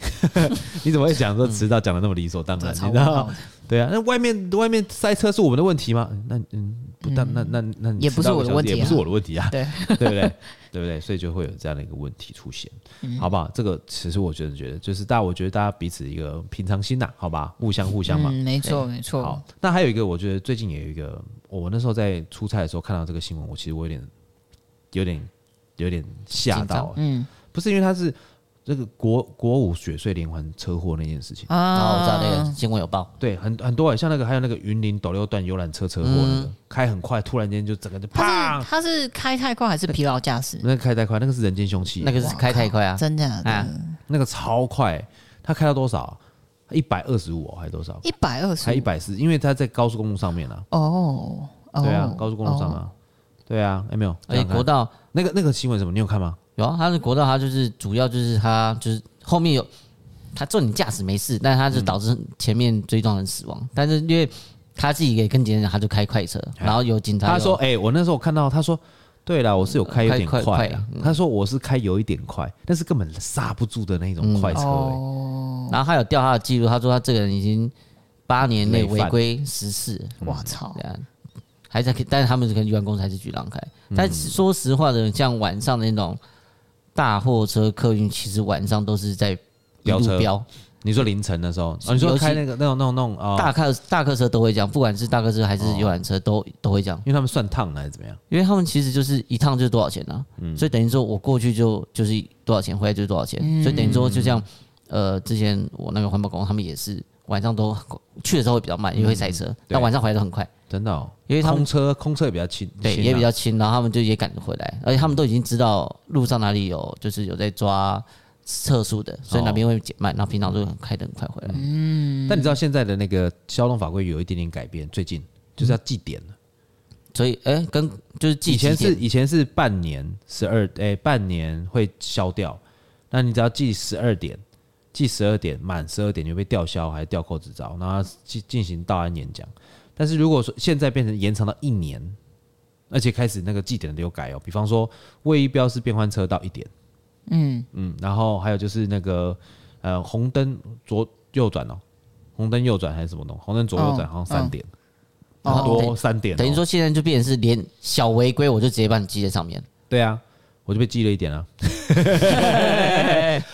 Speaker 1: 你怎么会讲说迟到讲的那么理所当然？你知道？对啊，那外面外面塞车是我们的问题吗？嗯那嗯，不但那那那你
Speaker 3: 也不是我的问题啊
Speaker 1: 迟到一个小时也不是我的问题啊，
Speaker 3: 对
Speaker 1: 对不对？对不对？所以就会有这样的一个问题出现，
Speaker 3: 嗯
Speaker 1: 好不好？这个其实我觉得觉得就是大家，我觉得大家彼此一个平常心呐，好吧，互相互相嘛，
Speaker 3: 嗯，没错没错
Speaker 1: 好，，那还有一个，我觉得最近也有一个，我那时候在出差的时候看到这个新闻，我其实我有点、有点、有点吓到，
Speaker 3: 嗯
Speaker 1: 不是因为他是这个国国五血税连环车祸那件事情，
Speaker 2: 然哦后我知道那
Speaker 3: 啊
Speaker 2: 个，新闻有报，
Speaker 1: 对，很很多、欸，像那个还有那个云林斗六段游览车车祸，那个、开很快，突然间就整个就啪
Speaker 3: 他是，他是开太快还是疲劳驾驶？
Speaker 1: 那个开太快，那个是人间凶器，
Speaker 2: 那个是开太快啊，
Speaker 3: 真的
Speaker 2: 啊
Speaker 1: 那个超快，他开到多少啊？一百二十五还是多少？
Speaker 3: 一百二十
Speaker 1: 还一百四，因为他在高速公路上面啊，
Speaker 3: 哦，哦
Speaker 1: 对啊，高速公路上，啊，对啊，哎、没有，这
Speaker 2: 而且
Speaker 1: 样看
Speaker 2: 国道
Speaker 1: 那个那个新闻什么？你有看吗？
Speaker 2: 有啊，它是国道，它就是主要就是它就是后面有，它重点驾驶没事，但是它就导致前面追撞人死亡，但是因为他自己也跟警察讲，他就开快车，然后有警察
Speaker 1: 他
Speaker 2: 有
Speaker 1: 说：“哎、我那时候看到他说，对了，我是有开有点
Speaker 2: 快快
Speaker 1: 快
Speaker 2: 快
Speaker 1: 啊。他说我是开有一点快，但是根本刹不住的那种快车、哎
Speaker 3: 哦，
Speaker 2: 然后他有调他的记录，他说他这个人已经八年内
Speaker 1: 累犯
Speaker 2: 违规十次，
Speaker 1: 嗯
Speaker 3: 我哦操
Speaker 2: 对，啊，还在，但是他们可能有关公司还是举让开。但是说实话的，像晚上那种大货车、客运，其实晚上都是在一
Speaker 1: 飙
Speaker 2: 路
Speaker 1: 车
Speaker 2: 飙，
Speaker 1: 你说凌晨的时候，哦、你说
Speaker 2: 尤其
Speaker 1: 开那个那种那种那种啊、哦哦
Speaker 2: 大客大客车都会这样，不管是大客车还是游览车都都会这样，
Speaker 1: 因为他们算烫还是怎么样？
Speaker 2: 因为他们其实就是一趟就是多少钱呢？
Speaker 1: 嗯
Speaker 2: 所以等于说我过去就就是多少钱，回来就是多少钱，所以等于说就像呃，之前我那个环保工他们也是晚上都去的时候会比较慢，因为会塞
Speaker 1: 嗯
Speaker 2: 车，但晚上回来都很快。
Speaker 1: 真的、哦，
Speaker 2: 因为他们
Speaker 1: 空车空车也比较轻，
Speaker 2: 对，
Speaker 1: 轻啊
Speaker 2: 也比较轻，然后他们就也赶着回来，而且他们都已经知道路上哪里有，就是有在抓测速
Speaker 1: 哦
Speaker 2: 的，所以哪边会减慢，然后平常就很开得很快回来。
Speaker 1: 嗯但你知道现在的那个交通法规有一点点改变，最近就是要记点了。
Speaker 2: 所以，哎、跟就是记
Speaker 1: 以前
Speaker 2: 几点
Speaker 1: 是以前是半年十二，哎，半年会消掉，那你只要记十二点，记十二点满十二点就被吊销还是吊扣执照，然后进进行到案演讲。但是如果说现在变成延长到一年，而且开始那个记点的有改哦，比方说位移标示变换车道一点，嗯嗯，然后还有就是那个呃红灯左右转哦，红灯右转还是什么东西，红灯左右转
Speaker 3: 嗯
Speaker 1: 好像三点，
Speaker 2: 嗯
Speaker 1: 多三点哦，
Speaker 2: 哦等于说现在就变成是连小违规我就直接把你记在上面，
Speaker 1: 对啊，我就被记了一点 啊。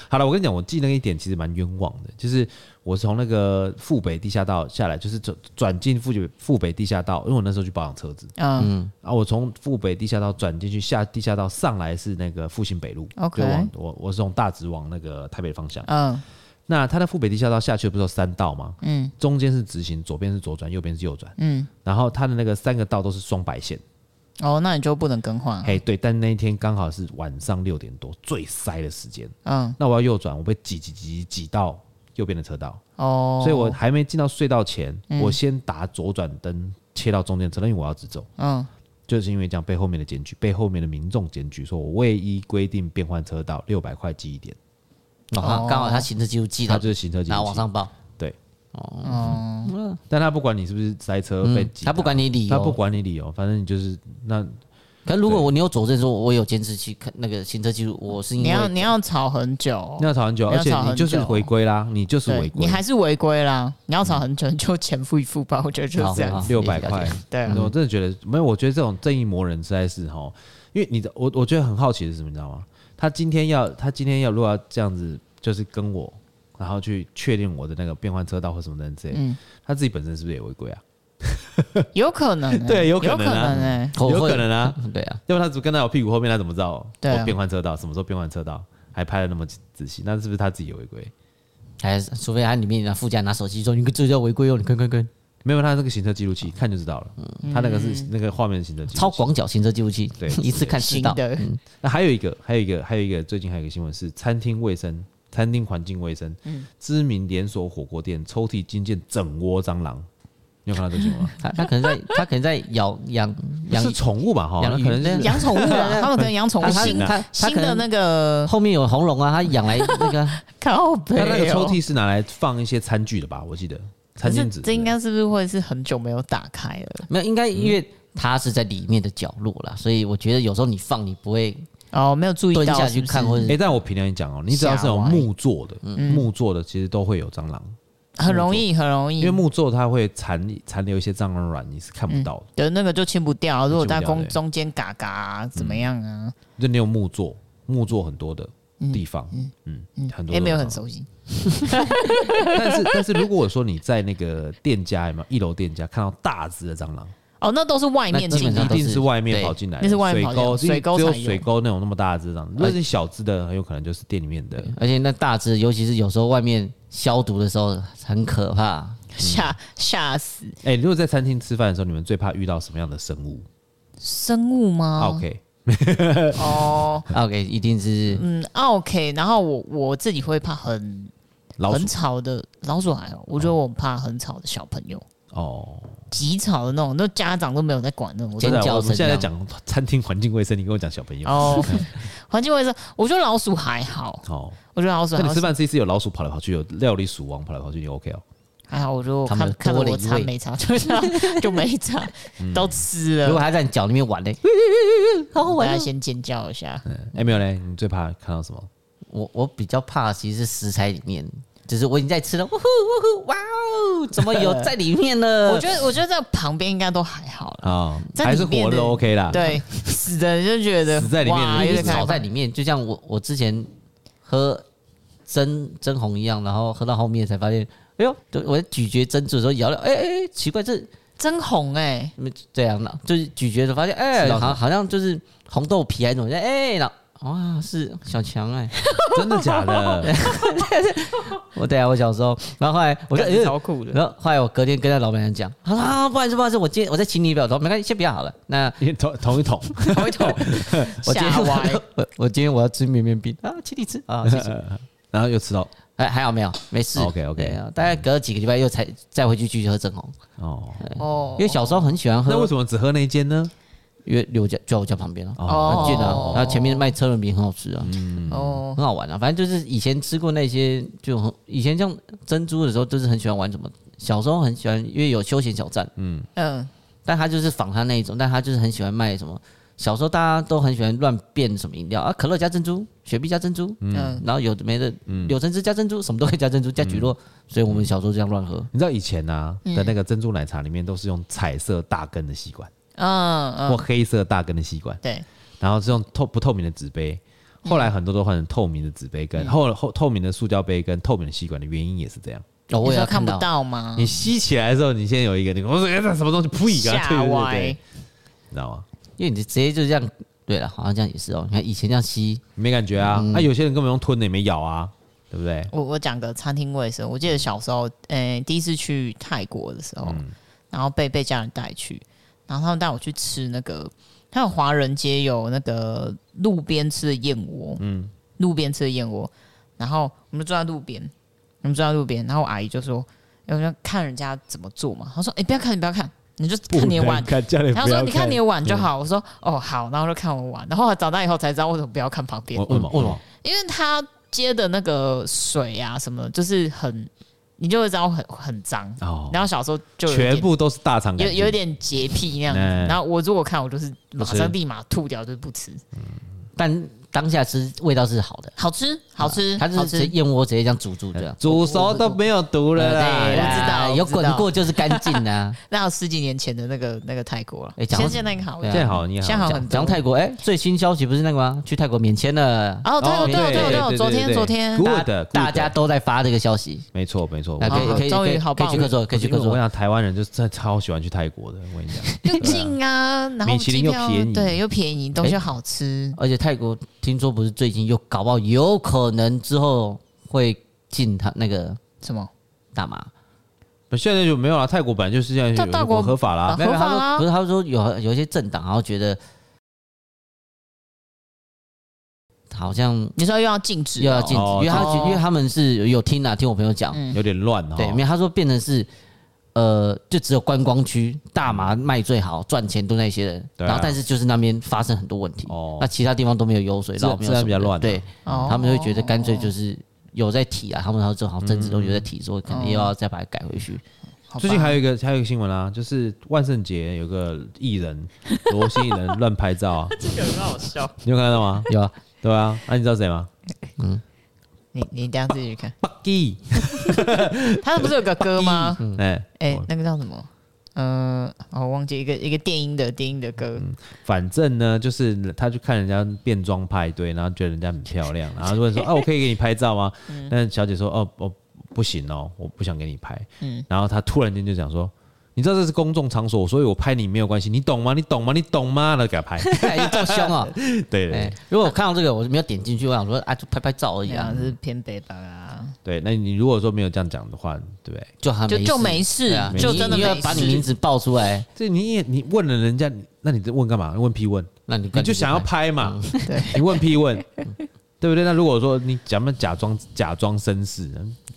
Speaker 1: 好了，我跟你讲，我记那个一点其实蛮冤枉的，就是我从那个富北地下道下来，就是转转进富北富北地下道，因为我那时候去保养车子，
Speaker 3: 嗯
Speaker 1: 然后我从富北地下道转进去下地下道上来是那个复兴北路
Speaker 3: OK
Speaker 1: 就往我我是从大直往那个台北方向。
Speaker 3: 嗯
Speaker 1: 那它的富北地下道下去不是有三道吗？
Speaker 3: 嗯
Speaker 1: 中间是直行，左边是左转，右边是右转，
Speaker 3: 嗯，
Speaker 1: 然后它的那个三个道都是双白线。
Speaker 3: 哦，那你就不能更换，
Speaker 1: 哎、对，但那一天刚好是晚上六点多最塞的时间，
Speaker 3: 嗯
Speaker 1: 那我要右转，我被挤挤挤挤到右边的车道，
Speaker 3: 哦，
Speaker 1: 所以我还没进到隧道前，我先打左转灯切到中间车道，因为我要直走，
Speaker 3: 嗯
Speaker 1: 就是因为这样被后面的检举，被后面的民众检举，说我未依规定变换车道六百块记一点，
Speaker 2: 然后啊刚好他行车记录记
Speaker 1: 哦他
Speaker 2: 到，
Speaker 1: 就是行车记
Speaker 2: 然后
Speaker 1: 录
Speaker 2: 往
Speaker 1: 器，
Speaker 2: 上报，
Speaker 1: 对，
Speaker 3: 哦，
Speaker 1: 但他不管你是不是塞车被
Speaker 2: 嗯，
Speaker 1: 挤，
Speaker 2: 他不管你理
Speaker 1: 他不
Speaker 2: 由。
Speaker 1: 管你理由，反正你就是那
Speaker 2: 可如果我你有佐证说我有监视器看那个行车记录，我是因
Speaker 3: 你要
Speaker 2: 为
Speaker 3: 你要吵很久哦，
Speaker 1: 那要吵很久，
Speaker 3: 你
Speaker 1: 而
Speaker 3: 要
Speaker 1: 且
Speaker 3: 吵
Speaker 1: 你
Speaker 3: 很
Speaker 1: 就是
Speaker 3: 久
Speaker 1: 违规啦，你就是违
Speaker 3: 对，
Speaker 1: 规，嗯
Speaker 3: 你还是违规啦，你要吵很久，你就钱付一付吧，我觉得就是这样
Speaker 2: 好
Speaker 3: 子，
Speaker 1: 六百
Speaker 2: 了解
Speaker 1: 块。
Speaker 3: 对啊
Speaker 1: 哎我真的觉得没有，我觉得这种正义魔人实在是哈，因为你的我我觉得很好奇的是什么，你知道吗？他今天要他今天要如果要这样子，就是跟我，然后去确定我的那个变换车道或什么等之类的，
Speaker 3: 嗯
Speaker 1: 他自己本身是不是也违规啊？
Speaker 3: 有可能欸、
Speaker 1: 对有
Speaker 3: 有
Speaker 1: 可能啊
Speaker 3: 能哎、
Speaker 2: 口
Speaker 1: 有
Speaker 2: 会
Speaker 1: 可能啊，
Speaker 2: 对啊，
Speaker 1: 要不然他怎么跟在我屁股后面，他怎么知道
Speaker 3: 对啊
Speaker 1: 我变换车道？什么时候变换车道？还拍的那么仔细，那是不是他自己有违规？
Speaker 2: 还是除非他里面拿副驾拿手机说，你这叫违规哦，你看看看，
Speaker 1: 没有，他那个行车记录
Speaker 3: 嗯
Speaker 1: 器看就知道了，他那个是那个画面的行车记录
Speaker 2: 超
Speaker 1: 器。
Speaker 2: 广角行车记录器
Speaker 1: 对，
Speaker 2: 一次看四
Speaker 3: 新
Speaker 2: 道。
Speaker 3: 的，
Speaker 1: 那还有一个，还有一个，还有一个，最近还有一个新闻是餐厅卫生，餐厅环境卫生，
Speaker 3: 嗯
Speaker 1: 知名连锁火锅店抽屉惊见整窝蟑螂，你有看到这个新 闻吗？
Speaker 2: 他他可能在他可能在咬养养
Speaker 1: 是宠物吧？哈，
Speaker 2: 养
Speaker 1: 那可能
Speaker 2: 鱼
Speaker 1: 是
Speaker 3: 养宠物 啊，他们可能养宠物
Speaker 2: 他他
Speaker 3: 新
Speaker 1: 啊
Speaker 2: 他他
Speaker 3: 新
Speaker 2: 可
Speaker 3: 的
Speaker 2: 能
Speaker 3: 那个
Speaker 2: 后面有红龙啊，他养 来那个
Speaker 3: 靠背、
Speaker 1: 他
Speaker 3: 哦，
Speaker 1: 那个抽屉是拿来放一些餐具的吧？我记得餐
Speaker 3: 可是
Speaker 1: 巾纸之类的，
Speaker 3: 这应该是不是会是很久没有打开了？
Speaker 2: 没有，应该因为他是在里面的角落啦，所以我觉得有时候你放你不会
Speaker 3: 哦，没有注意
Speaker 2: 蹲
Speaker 3: 到
Speaker 2: 下
Speaker 3: 是
Speaker 2: 去
Speaker 3: 不是嗯
Speaker 2: 看，或者
Speaker 1: 哎、
Speaker 2: 是
Speaker 1: 但我凭良心讲哦，你只要是有木做的，木做的其实都会有蟑螂，
Speaker 3: 很容易，很容易，
Speaker 1: 因为木做它会残残留一些蟑螂卵，你是看不到的。
Speaker 3: 对那个就清不掉。啊如果在
Speaker 1: 清不掉
Speaker 3: 公
Speaker 1: 对嗯
Speaker 3: 中间嘎嘎、啊、怎么样啊？
Speaker 1: 就你有木做，木做很多的地方，嗯很多
Speaker 3: 也
Speaker 1: 都
Speaker 3: 没有
Speaker 1: 蟑
Speaker 3: 很
Speaker 1: 螂
Speaker 3: 熟悉，
Speaker 1: 但是但是如果说你在那个店家有没有一楼店家看到大只的蟑螂，
Speaker 3: 哦，那都是外面
Speaker 2: 那基
Speaker 3: 进
Speaker 2: 本
Speaker 3: 的
Speaker 2: 上
Speaker 1: 一
Speaker 2: 都是
Speaker 1: 定是外面
Speaker 2: 对
Speaker 1: 跑进来的，
Speaker 3: 那是外面跑
Speaker 1: 水
Speaker 3: 进来
Speaker 1: 沟，
Speaker 3: 的水沟哎
Speaker 1: 只有
Speaker 3: 才有
Speaker 1: 水沟那种那么大只的蟑螂，如果是小只的，很有可能就是店里面的。
Speaker 2: 而且那大只，尤其是有时候外面消毒的时候很可怕。
Speaker 1: 嗯
Speaker 3: 吓吓死
Speaker 1: 哎、如果在餐厅吃饭的时候，你们最怕遇到什么样的生物、
Speaker 3: 生物吗
Speaker 1: o？k
Speaker 3: 哦，
Speaker 2: OK，一定是
Speaker 3: 嗯，OK。然后我我自己会怕很
Speaker 1: 老鼠
Speaker 3: 很吵的老鼠还好，我觉得我怕很吵的小朋友，
Speaker 1: 哦。
Speaker 3: 极吵的那种，那家长都没有在管那种。我
Speaker 2: 尖
Speaker 1: 真
Speaker 3: 都
Speaker 1: 的，啊
Speaker 2: 叫
Speaker 1: 我
Speaker 2: 声
Speaker 1: 们现在在
Speaker 2: 这
Speaker 1: 讲餐厅环境卫生，你跟我讲小朋友。
Speaker 3: 哦， 环境卫生，我觉得老鼠还好，
Speaker 1: 哦，
Speaker 3: 我觉得老鼠
Speaker 1: 那
Speaker 3: 还
Speaker 1: 你
Speaker 3: 好
Speaker 1: 吃，饭是一次有老鼠跑来跑去，有料理鼠王跑来跑去，你 OK 哦？
Speaker 3: 还好，我就
Speaker 2: 他们
Speaker 3: 看看
Speaker 2: 多
Speaker 3: 着
Speaker 2: 了
Speaker 3: 我
Speaker 2: 一
Speaker 3: 擦
Speaker 2: 位嗯
Speaker 3: 没擦， 就这样就没擦，都吃
Speaker 2: 如果
Speaker 3: 了，
Speaker 2: 他在你脚里面玩嘞，
Speaker 3: 然后我要先尖叫一下。
Speaker 2: 嗯
Speaker 1: 哎、没有嘞，你最怕看到什么？
Speaker 2: 我我比较怕其实是食材里面，就是我已经在吃了，呜呼呜呼，哇哦，怎么有在里面呢？
Speaker 3: 我觉得，我觉得在旁边应该都还好了。
Speaker 1: 啊、
Speaker 3: 在
Speaker 1: 还是
Speaker 3: 里面
Speaker 1: 活的
Speaker 3: 的
Speaker 1: OK
Speaker 2: 啊
Speaker 1: 啦。，
Speaker 3: 对，死的人就觉得
Speaker 1: 死在里面的
Speaker 3: 哇
Speaker 1: 人
Speaker 3: 有
Speaker 2: 一
Speaker 1: 就
Speaker 2: 直
Speaker 3: 点
Speaker 1: 是
Speaker 2: 炒
Speaker 3: 害怕
Speaker 2: 在里面，就像我我之前喝真真红一样，然后喝到后面才发现，哎呦，就我在咀嚼珍珠的时候咬了，哎哎哎，奇怪，这
Speaker 3: 真红哎、
Speaker 2: 这样的，就是咀嚼的时候发现，哎、
Speaker 1: 吃到
Speaker 2: 好
Speaker 1: 什么
Speaker 2: 像好像就是红豆皮还是什么，哎、然后哇，是小强哎、
Speaker 1: 真的假 的？
Speaker 2: 我对啊，我小时候，然后后来我就
Speaker 3: 感觉
Speaker 2: 哎
Speaker 3: 超酷的
Speaker 2: 然后后来我隔天跟那老板娘讲，她说啊，不好意思不好意思，我今天我在请你表头，没关系，先不要好了， 那
Speaker 1: 你同同一桶，
Speaker 2: 头一头， 我今
Speaker 3: 吓
Speaker 2: 天
Speaker 3: 歪
Speaker 2: 我 我我今天我要吃绵绵冰啊，请你吃啊，谢谢。
Speaker 1: 然后又吃到
Speaker 2: 哎，还好没有，没事。
Speaker 1: OK，OK
Speaker 2: 对啊大概隔了几个礼拜又才再回去继续喝正红，
Speaker 1: 哦。
Speaker 3: 哦
Speaker 2: 嗯因为小时候很喜欢喝。
Speaker 1: 那为什么只喝那一间呢？
Speaker 2: 因为离我家就在我家旁边了，
Speaker 1: 哦
Speaker 2: 很近啊。然后前面卖车轮饼很好吃啊，
Speaker 3: 哦，
Speaker 2: 很好玩啊。反正就是以前吃过那些，就很以前像珍珠的时候，就是很喜欢玩什么。小时候很喜欢，因为有休闲小站，
Speaker 3: 嗯，
Speaker 2: 但他就是仿他那一种，但他就是很喜欢卖什么。小时候大家都很喜欢乱变什么饮料啊，可乐加珍珠，雪碧加珍珠，
Speaker 3: 嗯
Speaker 2: 然后有的没的，
Speaker 1: 嗯
Speaker 2: 柳橙汁加珍珠，什么都可以加珍珠，加菊络。所以我们小时候这样乱喝。
Speaker 3: 哦
Speaker 1: 你知道以前啊的那个珍珠奶茶里面都是用彩色大根的吸管、
Speaker 3: 嗯
Speaker 1: 或
Speaker 3: 嗯，
Speaker 1: 黑色大根的吸管，
Speaker 3: 对，
Speaker 1: 然后是用透不透明的纸杯。后来很多都换成透明的纸杯
Speaker 3: 嗯
Speaker 1: 跟后后透明的塑胶杯跟透明的吸管的原因也是这样。
Speaker 2: 哦，我
Speaker 3: 你
Speaker 2: 也要
Speaker 3: 说看
Speaker 2: 到
Speaker 3: 不到吗？
Speaker 1: 你吸起来的时候，你先有一个那个，我说哎，那什么东西，噗一
Speaker 2: 啊
Speaker 1: 个，
Speaker 3: 吓
Speaker 1: 对对对
Speaker 3: 歪
Speaker 1: 对，你知道吗？
Speaker 2: 因为你直接就这样，对了，好像这样也是哦。你看以前这样吸，
Speaker 1: 没感觉啊，
Speaker 3: 嗯
Speaker 1: 啊，有些人根本用吞的也没咬啊，对不对？
Speaker 3: 我我讲个餐厅卫生，我记得小时候，诶、第一次去泰国的时候，然后被被家人带去，然后他们带我去吃那个，还有华人街有那个路边吃的燕窝，嗯，路边吃的燕窝，然后我们就坐在路边，我们坐在路边，然后我阿姨就说，哎我就看人家怎么做嘛，她说，哎、不要看，你不要看，你就看你的碗。
Speaker 1: 看家里
Speaker 3: 然后说：“你看你的碗就好。”我说：“哦，好。”然后就看我碗。然后我长大以后才知道为什么不要看旁边
Speaker 1: 我，为什么？为什么？
Speaker 3: 因为他接的那个水啊什么，就是很，你就会知道很很脏。
Speaker 1: 哦，
Speaker 3: 然后小时候就有一点
Speaker 1: 全部都是大肠杆
Speaker 3: 有
Speaker 1: 菌，
Speaker 3: 有一点洁癖那样子。
Speaker 1: 哎
Speaker 3: 然后我如果看，我就是
Speaker 1: 不
Speaker 3: 马上
Speaker 1: 吃
Speaker 3: 立马吐掉，就是不吃。
Speaker 2: 但当下吃味道是好的，
Speaker 3: 好吃，好吃，
Speaker 1: 啊
Speaker 2: 它
Speaker 3: 好
Speaker 2: 是直接
Speaker 3: 吃。
Speaker 2: 燕窝直接这样煮煮这样。啊
Speaker 1: 煮熟都没有毒了
Speaker 3: 呃对
Speaker 1: 啦。
Speaker 3: 我知道
Speaker 2: 有
Speaker 3: 我知道
Speaker 2: 滚过就是干净啊 呐。
Speaker 3: 那有十几年前的那个那个泰国了，
Speaker 2: 哎讲到
Speaker 3: 现在那个好了，
Speaker 1: 现
Speaker 2: 对啊
Speaker 1: 在好，你
Speaker 3: 现在
Speaker 1: 好，
Speaker 3: 好
Speaker 2: 讲
Speaker 3: 很
Speaker 2: 讲
Speaker 3: 多。
Speaker 2: 泰国，哎，最新消息不是那个吗？去泰国免签了，
Speaker 3: 哦，对哦，对哦，
Speaker 1: 对
Speaker 3: 对哦，对
Speaker 1: 对对
Speaker 3: 哦，昨天
Speaker 1: 对
Speaker 3: 昨天
Speaker 1: 对
Speaker 2: 大
Speaker 1: good，good
Speaker 2: 大家都在发这个消息，
Speaker 1: 没错没错。
Speaker 2: 啊，可以
Speaker 3: 好
Speaker 2: 可以
Speaker 3: 终于
Speaker 2: 可以
Speaker 3: 好
Speaker 2: 可以
Speaker 3: 棒
Speaker 2: 去客座，可以去客
Speaker 1: 我跟
Speaker 2: 座
Speaker 1: 你。讲，台湾人就真的超喜欢去泰国的。我跟你 讲，
Speaker 3: 又近啊，然后
Speaker 1: 米其林
Speaker 3: 机票
Speaker 1: 又便宜哎
Speaker 3: 对，又便宜，东西又好吃。
Speaker 2: 而且泰国听说不是最近又搞不好有可能之后会禁他那个
Speaker 3: 什么？
Speaker 2: 大麻，
Speaker 3: 啊
Speaker 1: 现在就没有了。泰国本来就是这样，
Speaker 3: 泰泰国
Speaker 1: 有合法啦
Speaker 3: 啊。
Speaker 2: 没有
Speaker 3: 合法
Speaker 2: 他说
Speaker 3: 啦
Speaker 2: 不是，他说有有一些政党，然后觉得好像
Speaker 3: 你说又要禁止？
Speaker 2: 又要禁止，
Speaker 1: 哦
Speaker 2: 因为他
Speaker 3: 哦嗯
Speaker 2: 因为他们是有听啊，听我朋友讲，
Speaker 1: 有点乱哈。
Speaker 2: 对，没有他说变成是。呃，就只有观光区大麻卖最好，赚钱都那些人。
Speaker 1: 对啊
Speaker 2: 然后，但是就是那边发生很多问题，
Speaker 1: 哦
Speaker 2: 那其他地方都没有油水，
Speaker 1: 自然
Speaker 2: 然后没有
Speaker 1: 自
Speaker 2: 什么
Speaker 1: 然比较乱啊
Speaker 2: 对，
Speaker 3: 哦
Speaker 2: 他们就会觉得干脆就是有在提啊，他们好像好像政治都有在提，说肯定要再把它改 回去。
Speaker 3: 好吧
Speaker 1: 最近还有一个还有一个新闻啊，就是万圣节有个艺人罗姓艺人乱拍照 啊，
Speaker 3: 这个很好笑。
Speaker 1: 你有看到吗？
Speaker 2: 有啊，
Speaker 1: 对啊，那、你知道谁吗
Speaker 3: 你你等一下自己去看，
Speaker 1: ？Buggy，
Speaker 3: 他不是有个 歌吗？
Speaker 1: 哎、
Speaker 3: 哎
Speaker 1: 我，
Speaker 3: 那个叫什么？呃，哦我忘记一个一个电音的电音的歌，
Speaker 2: 嗯
Speaker 1: 反正呢，就是他去看人家变装派对，然后觉得人家很漂亮，然后就问说：“啊，我可以给你拍照吗？”但是小姐说：“哦，我不行哦，我不想给你拍。”然后他突然间就讲说。你知道这是公众场所，所以我拍你没有关系，你懂吗？你懂吗？你懂吗？然后给他拍，
Speaker 2: 哎，这么凶哦！
Speaker 1: 对
Speaker 2: 哎
Speaker 1: 对，
Speaker 2: 如果我看到这个，我就没有点进去，我想说啊，就拍拍照而已
Speaker 3: 好
Speaker 2: 啊
Speaker 1: 嗯
Speaker 3: 像，是偏北吧啊，
Speaker 1: 对。那你如果说没有这样讲的话，对不对？
Speaker 2: 就还
Speaker 3: 就就没
Speaker 2: 没
Speaker 3: 事
Speaker 2: 对啊
Speaker 1: 就
Speaker 2: 你
Speaker 3: 真的
Speaker 2: 你又要
Speaker 3: 没
Speaker 2: 把你
Speaker 3: 事
Speaker 2: 名字报出来，
Speaker 1: 这你也你问了人家，那你这问干嘛？问批问，
Speaker 2: 那你
Speaker 1: 你
Speaker 2: 干
Speaker 1: 就
Speaker 2: 脆
Speaker 1: 想要
Speaker 2: 拍
Speaker 1: 拍嘛？
Speaker 3: 对，
Speaker 1: 嗯你问批问，对不对？那如果说你咱们假装假装绅士，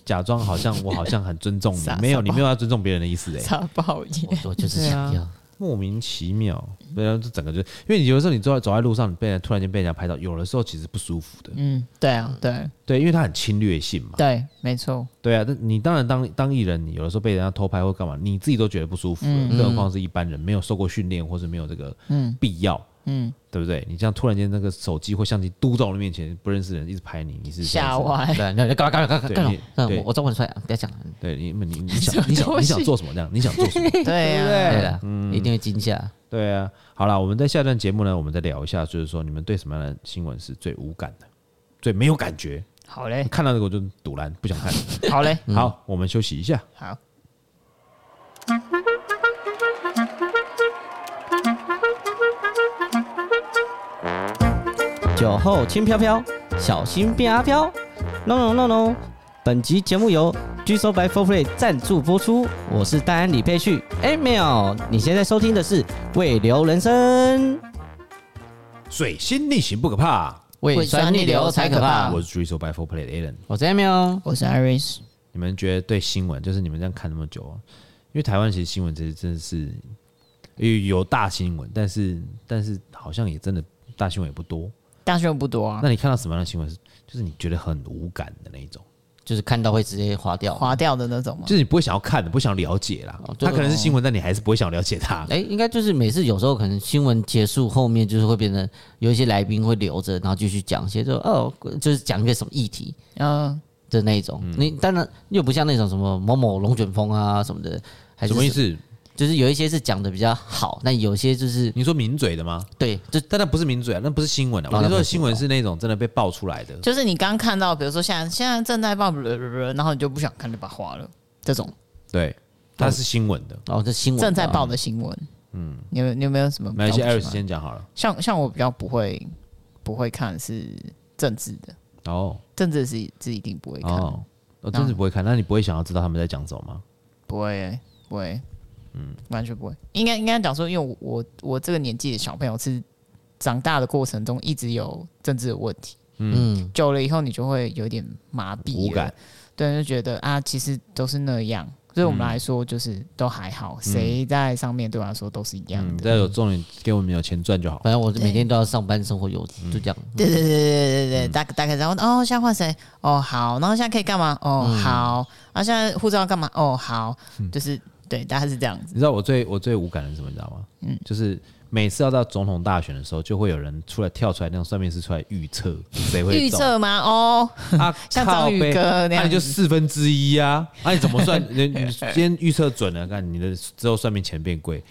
Speaker 1: 假装好像我好像很尊重你
Speaker 3: 傻，
Speaker 1: 没有
Speaker 3: 傻
Speaker 1: 你没有要尊重别人的意思哎、
Speaker 3: 傻爆眼。
Speaker 2: 我我就是
Speaker 3: 啊
Speaker 2: 想要，
Speaker 1: 莫名其妙，对啊，这整个就因为你有的时候你走在走在路上，你被人突然间被人家拍到，有的时候其实不舒服的，
Speaker 3: 嗯，对啊，对
Speaker 1: 对，因为他很侵略性嘛，
Speaker 3: 对，没错。
Speaker 1: 对啊，那你当然当当艺人，你有的时候被人家偷拍或干嘛，你自己都觉得不舒服了，
Speaker 3: 嗯
Speaker 1: 更何况是一般人没有受过训练或是没有这个必要，嗯，对不对？你这样突然间那个手机或相机嘟在我的面前，不认识的人一直拍你，你是这样
Speaker 3: 吓
Speaker 1: 子
Speaker 3: 歪，
Speaker 2: 哎 对，那你干嘛干嘛干嘛
Speaker 1: 对
Speaker 2: 干嘛
Speaker 1: 你？
Speaker 2: 那
Speaker 1: 对
Speaker 2: 我我照不出来，啊不要讲了，
Speaker 1: 对你你你你 想你想你想做什么这样？你想做什么？
Speaker 3: 对啊，
Speaker 2: 对了，一定会惊吓。
Speaker 1: 对啊，好了，我们在下段节目呢，我们再聊一下，就是说你们对什么样的新闻是最无感的，最没有感觉，
Speaker 3: 好嘞，
Speaker 1: 看到这个我就堵拦，不想看。
Speaker 3: 好嘞，
Speaker 1: 好，我们休息一下。
Speaker 3: 好。
Speaker 2: 酒后轻飘飘，小心变阿飘。隆隆隆隆！本集节目由 G 收白 For Play 赞助播出，我是戴安李佩旭。哎，没有，你现在收听的是《未流人生》，
Speaker 1: 水星逆行不可怕，
Speaker 2: 胃
Speaker 3: 酸逆流才可怕啊
Speaker 1: 我是 Drizzle by Four Play 的 Alan。
Speaker 2: 我是 Emil，
Speaker 3: 我是 Iris，
Speaker 1: 你们觉得对新闻，就是你们这样看那么久、啊，因为台湾其实新闻其实真的是有有大新闻，但是但是好像也真的大新闻也不多。
Speaker 3: 大学不多啊，
Speaker 1: 那你看到什么样的新闻是，就是你觉得很无感的那一种，
Speaker 2: 就是看到会直接划掉。
Speaker 3: 划掉的那种吗
Speaker 1: 就？是你不会想要看的，不想了解啦。
Speaker 2: 哦对
Speaker 1: 它可能是新闻，但你还是不会想了解它。
Speaker 2: 哎，应该就是每次有时候可能新闻结束后面就是会变成有一些来宾会留着，然后继续讲一些就哦，就是讲一个什么议题，
Speaker 3: 嗯，
Speaker 2: 的那一种。你当然又不像那种什么某某龙卷风啊什么的，还是
Speaker 1: 什么意
Speaker 2: 什？
Speaker 1: 思？
Speaker 2: 就是有一些是讲的比较好，那有些就是
Speaker 1: 你说抿嘴的吗？
Speaker 2: 对，就
Speaker 1: 但那不是抿嘴啊，那不是新闻啊。
Speaker 2: 哦
Speaker 1: 我
Speaker 2: 那
Speaker 1: 跟
Speaker 2: 不
Speaker 1: 你
Speaker 2: 是
Speaker 1: 说，新闻是那种真的被爆出来的。
Speaker 3: 就是你刚看到，比如说现在现在正在报，然后你就不想看，就把它划了。这种
Speaker 1: 对，它是新闻的。
Speaker 2: 哦，这新闻
Speaker 3: 正在
Speaker 2: 啊
Speaker 3: 报的新闻，嗯，你有你有没有什么比较
Speaker 1: 没关系，艾
Speaker 3: 不啊
Speaker 1: 瑞
Speaker 3: 喜
Speaker 1: 斯
Speaker 3: 欢？
Speaker 1: 先讲好了。
Speaker 3: 像像我比较不会不会看是政治的，
Speaker 1: 哦
Speaker 3: 政治是是一定不会看，
Speaker 1: 哦，我真是不会看。那你不会想要知道他们在讲什么吗？
Speaker 3: 不会欸不会，嗯，完全不会。应该应该讲说，因为我我我这个年纪的小朋友是长大的过程中一直有政治的问题，
Speaker 2: 嗯，
Speaker 3: 久了以后你就会有点麻
Speaker 1: 无
Speaker 3: 痹了
Speaker 1: 感，。
Speaker 3: 对，就觉得啊，其实都是那样。对我们来说，就是都还好，谁在上面对我来说都是一样
Speaker 1: 嗯，
Speaker 3: 的。
Speaker 1: 只要有重点给我们有钱赚就好。
Speaker 2: 反正我每天都要上班，生活有就这样。
Speaker 1: 嗯
Speaker 3: 对对对对对对，大大概然后哦，现在换谁？哦好，然后现在可以干嘛？哦
Speaker 1: 嗯
Speaker 3: 好，然后现在护照要干嘛？哦好，就是对，大概是这样子。
Speaker 1: 你知道我最我最无感的是什么？你知道吗？嗯，就是每次要到总统大选的时候，就会有人出来跳出来，那种算命师出来预测谁会
Speaker 3: 预
Speaker 1: 中
Speaker 3: 测吗？哦，
Speaker 1: 啊，
Speaker 3: 像
Speaker 1: 靠
Speaker 3: 章鱼
Speaker 1: 背
Speaker 3: 哥那
Speaker 1: 那
Speaker 3: 样
Speaker 1: 你就
Speaker 3: 子
Speaker 1: 四分之一啊，那你怎么 算？你你今天预测准了，看你的之后算命钱变贵。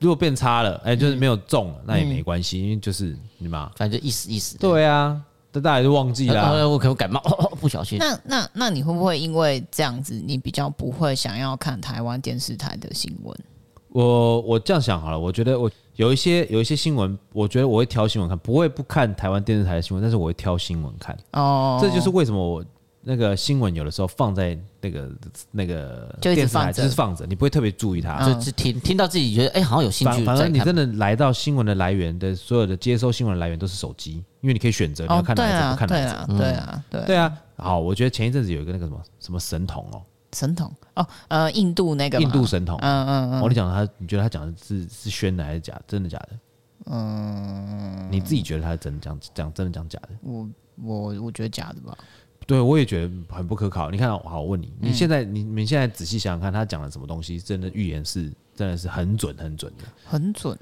Speaker 1: 如果变差了，哎，
Speaker 3: 嗯
Speaker 1: 就是没有中了，那也没关系，因为就是你嘛，
Speaker 2: 反正就意思意思。
Speaker 1: 对啊，但大家就忘记
Speaker 2: 呃，
Speaker 1: 啦。
Speaker 2: 呃我可能感冒， 不小心。
Speaker 3: 那那那你会不会因为这样子，你比较不会想要看台湾电视台的新闻？
Speaker 1: 我我这样想好了，我觉得我有一些有一些新闻，我觉得我会挑新闻看，不会不看台湾电视台的新闻，但是我会挑新闻看。
Speaker 3: 哦，
Speaker 1: 这就是为什么我那个新闻有的时候放在那个那个
Speaker 3: 就一直
Speaker 1: 电视台
Speaker 3: 放着嗯
Speaker 1: 就是放着，你不会特别注意它。
Speaker 2: 就是听听到自己觉得哎、好像有兴
Speaker 1: 反
Speaker 2: 趣
Speaker 1: 反正
Speaker 2: 再
Speaker 1: 你
Speaker 2: 看
Speaker 1: 真。的来到新闻的来源的所有的接收新闻的来源都是手机，因为你可以选择你要
Speaker 3: 哦，
Speaker 1: 看
Speaker 3: 对
Speaker 1: 哪一种，
Speaker 3: 啊，
Speaker 1: 不看
Speaker 3: 对
Speaker 1: 哪一种。
Speaker 3: 啊，对啊，对啊，
Speaker 1: 对啊，好，我觉得前一阵子有一个那个什么什么神童哦，
Speaker 3: 神童哦，呃，印度那个嘛
Speaker 1: 印度，神童，哦
Speaker 3: 嗯嗯嗯，
Speaker 1: 我跟你讲他，你觉得他讲的是是宣的还是假的？真的假的？嗯，你自己觉得他是真的讲讲真的讲假的？
Speaker 3: 我我我觉得假的吧，
Speaker 1: 对，我也觉得很不可靠。你看，好，我问你，
Speaker 3: 嗯
Speaker 1: 你现在你你现在仔细想想看，他讲的什么东西，真的预言是真的是很准很准的。
Speaker 3: 很准。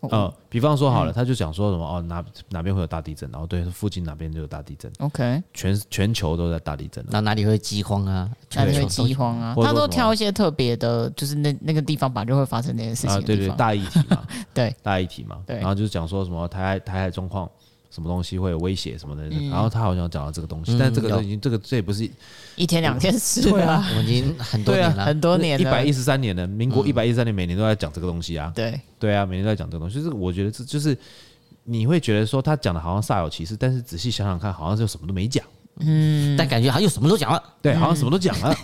Speaker 3: 哦
Speaker 1: 呃，比方说好了，他就讲说什么哦哪哪边会有大地震，然后对附近哪边就有大地震，
Speaker 3: OK，
Speaker 1: 全全球都在大地震了。
Speaker 2: 那哪里会饥荒啊？
Speaker 3: 那
Speaker 2: 全
Speaker 3: 你
Speaker 2: 球
Speaker 3: 会
Speaker 2: 都
Speaker 3: 饥荒啊？
Speaker 1: 或者
Speaker 3: 他
Speaker 1: 说
Speaker 3: 都
Speaker 1: 什么
Speaker 3: 挑一些特别的，就是那那个地方本来就会发生那些事情
Speaker 1: 啊，
Speaker 3: 的
Speaker 1: 对
Speaker 3: 地
Speaker 1: 对，
Speaker 3: 方。
Speaker 1: 大议题嘛，
Speaker 3: 对，
Speaker 1: 大议题嘛，
Speaker 3: 对
Speaker 1: 然后就是讲说什么台海台海状况，什么东西会有威胁什么的，
Speaker 3: 嗯
Speaker 1: 然后他好像讲到这个东西，但这个都已经这个这也不是
Speaker 3: 一天两天是吧？
Speaker 2: 我们已经很多
Speaker 1: 对啊
Speaker 2: 年了，
Speaker 3: 很多年
Speaker 1: 一
Speaker 3: 了嗯
Speaker 1: 百一，十三年的民国一百一十三年，每年都在讲这个东西啊，
Speaker 3: 对，
Speaker 1: 对啊，每年都在讲这个东西，这个我觉得这就是你会觉得说他讲的好像煞有其事，但是仔细想想看，好像就什么都没讲，
Speaker 2: 但感觉好像有什么都讲了，
Speaker 1: 对，好像什么都讲了，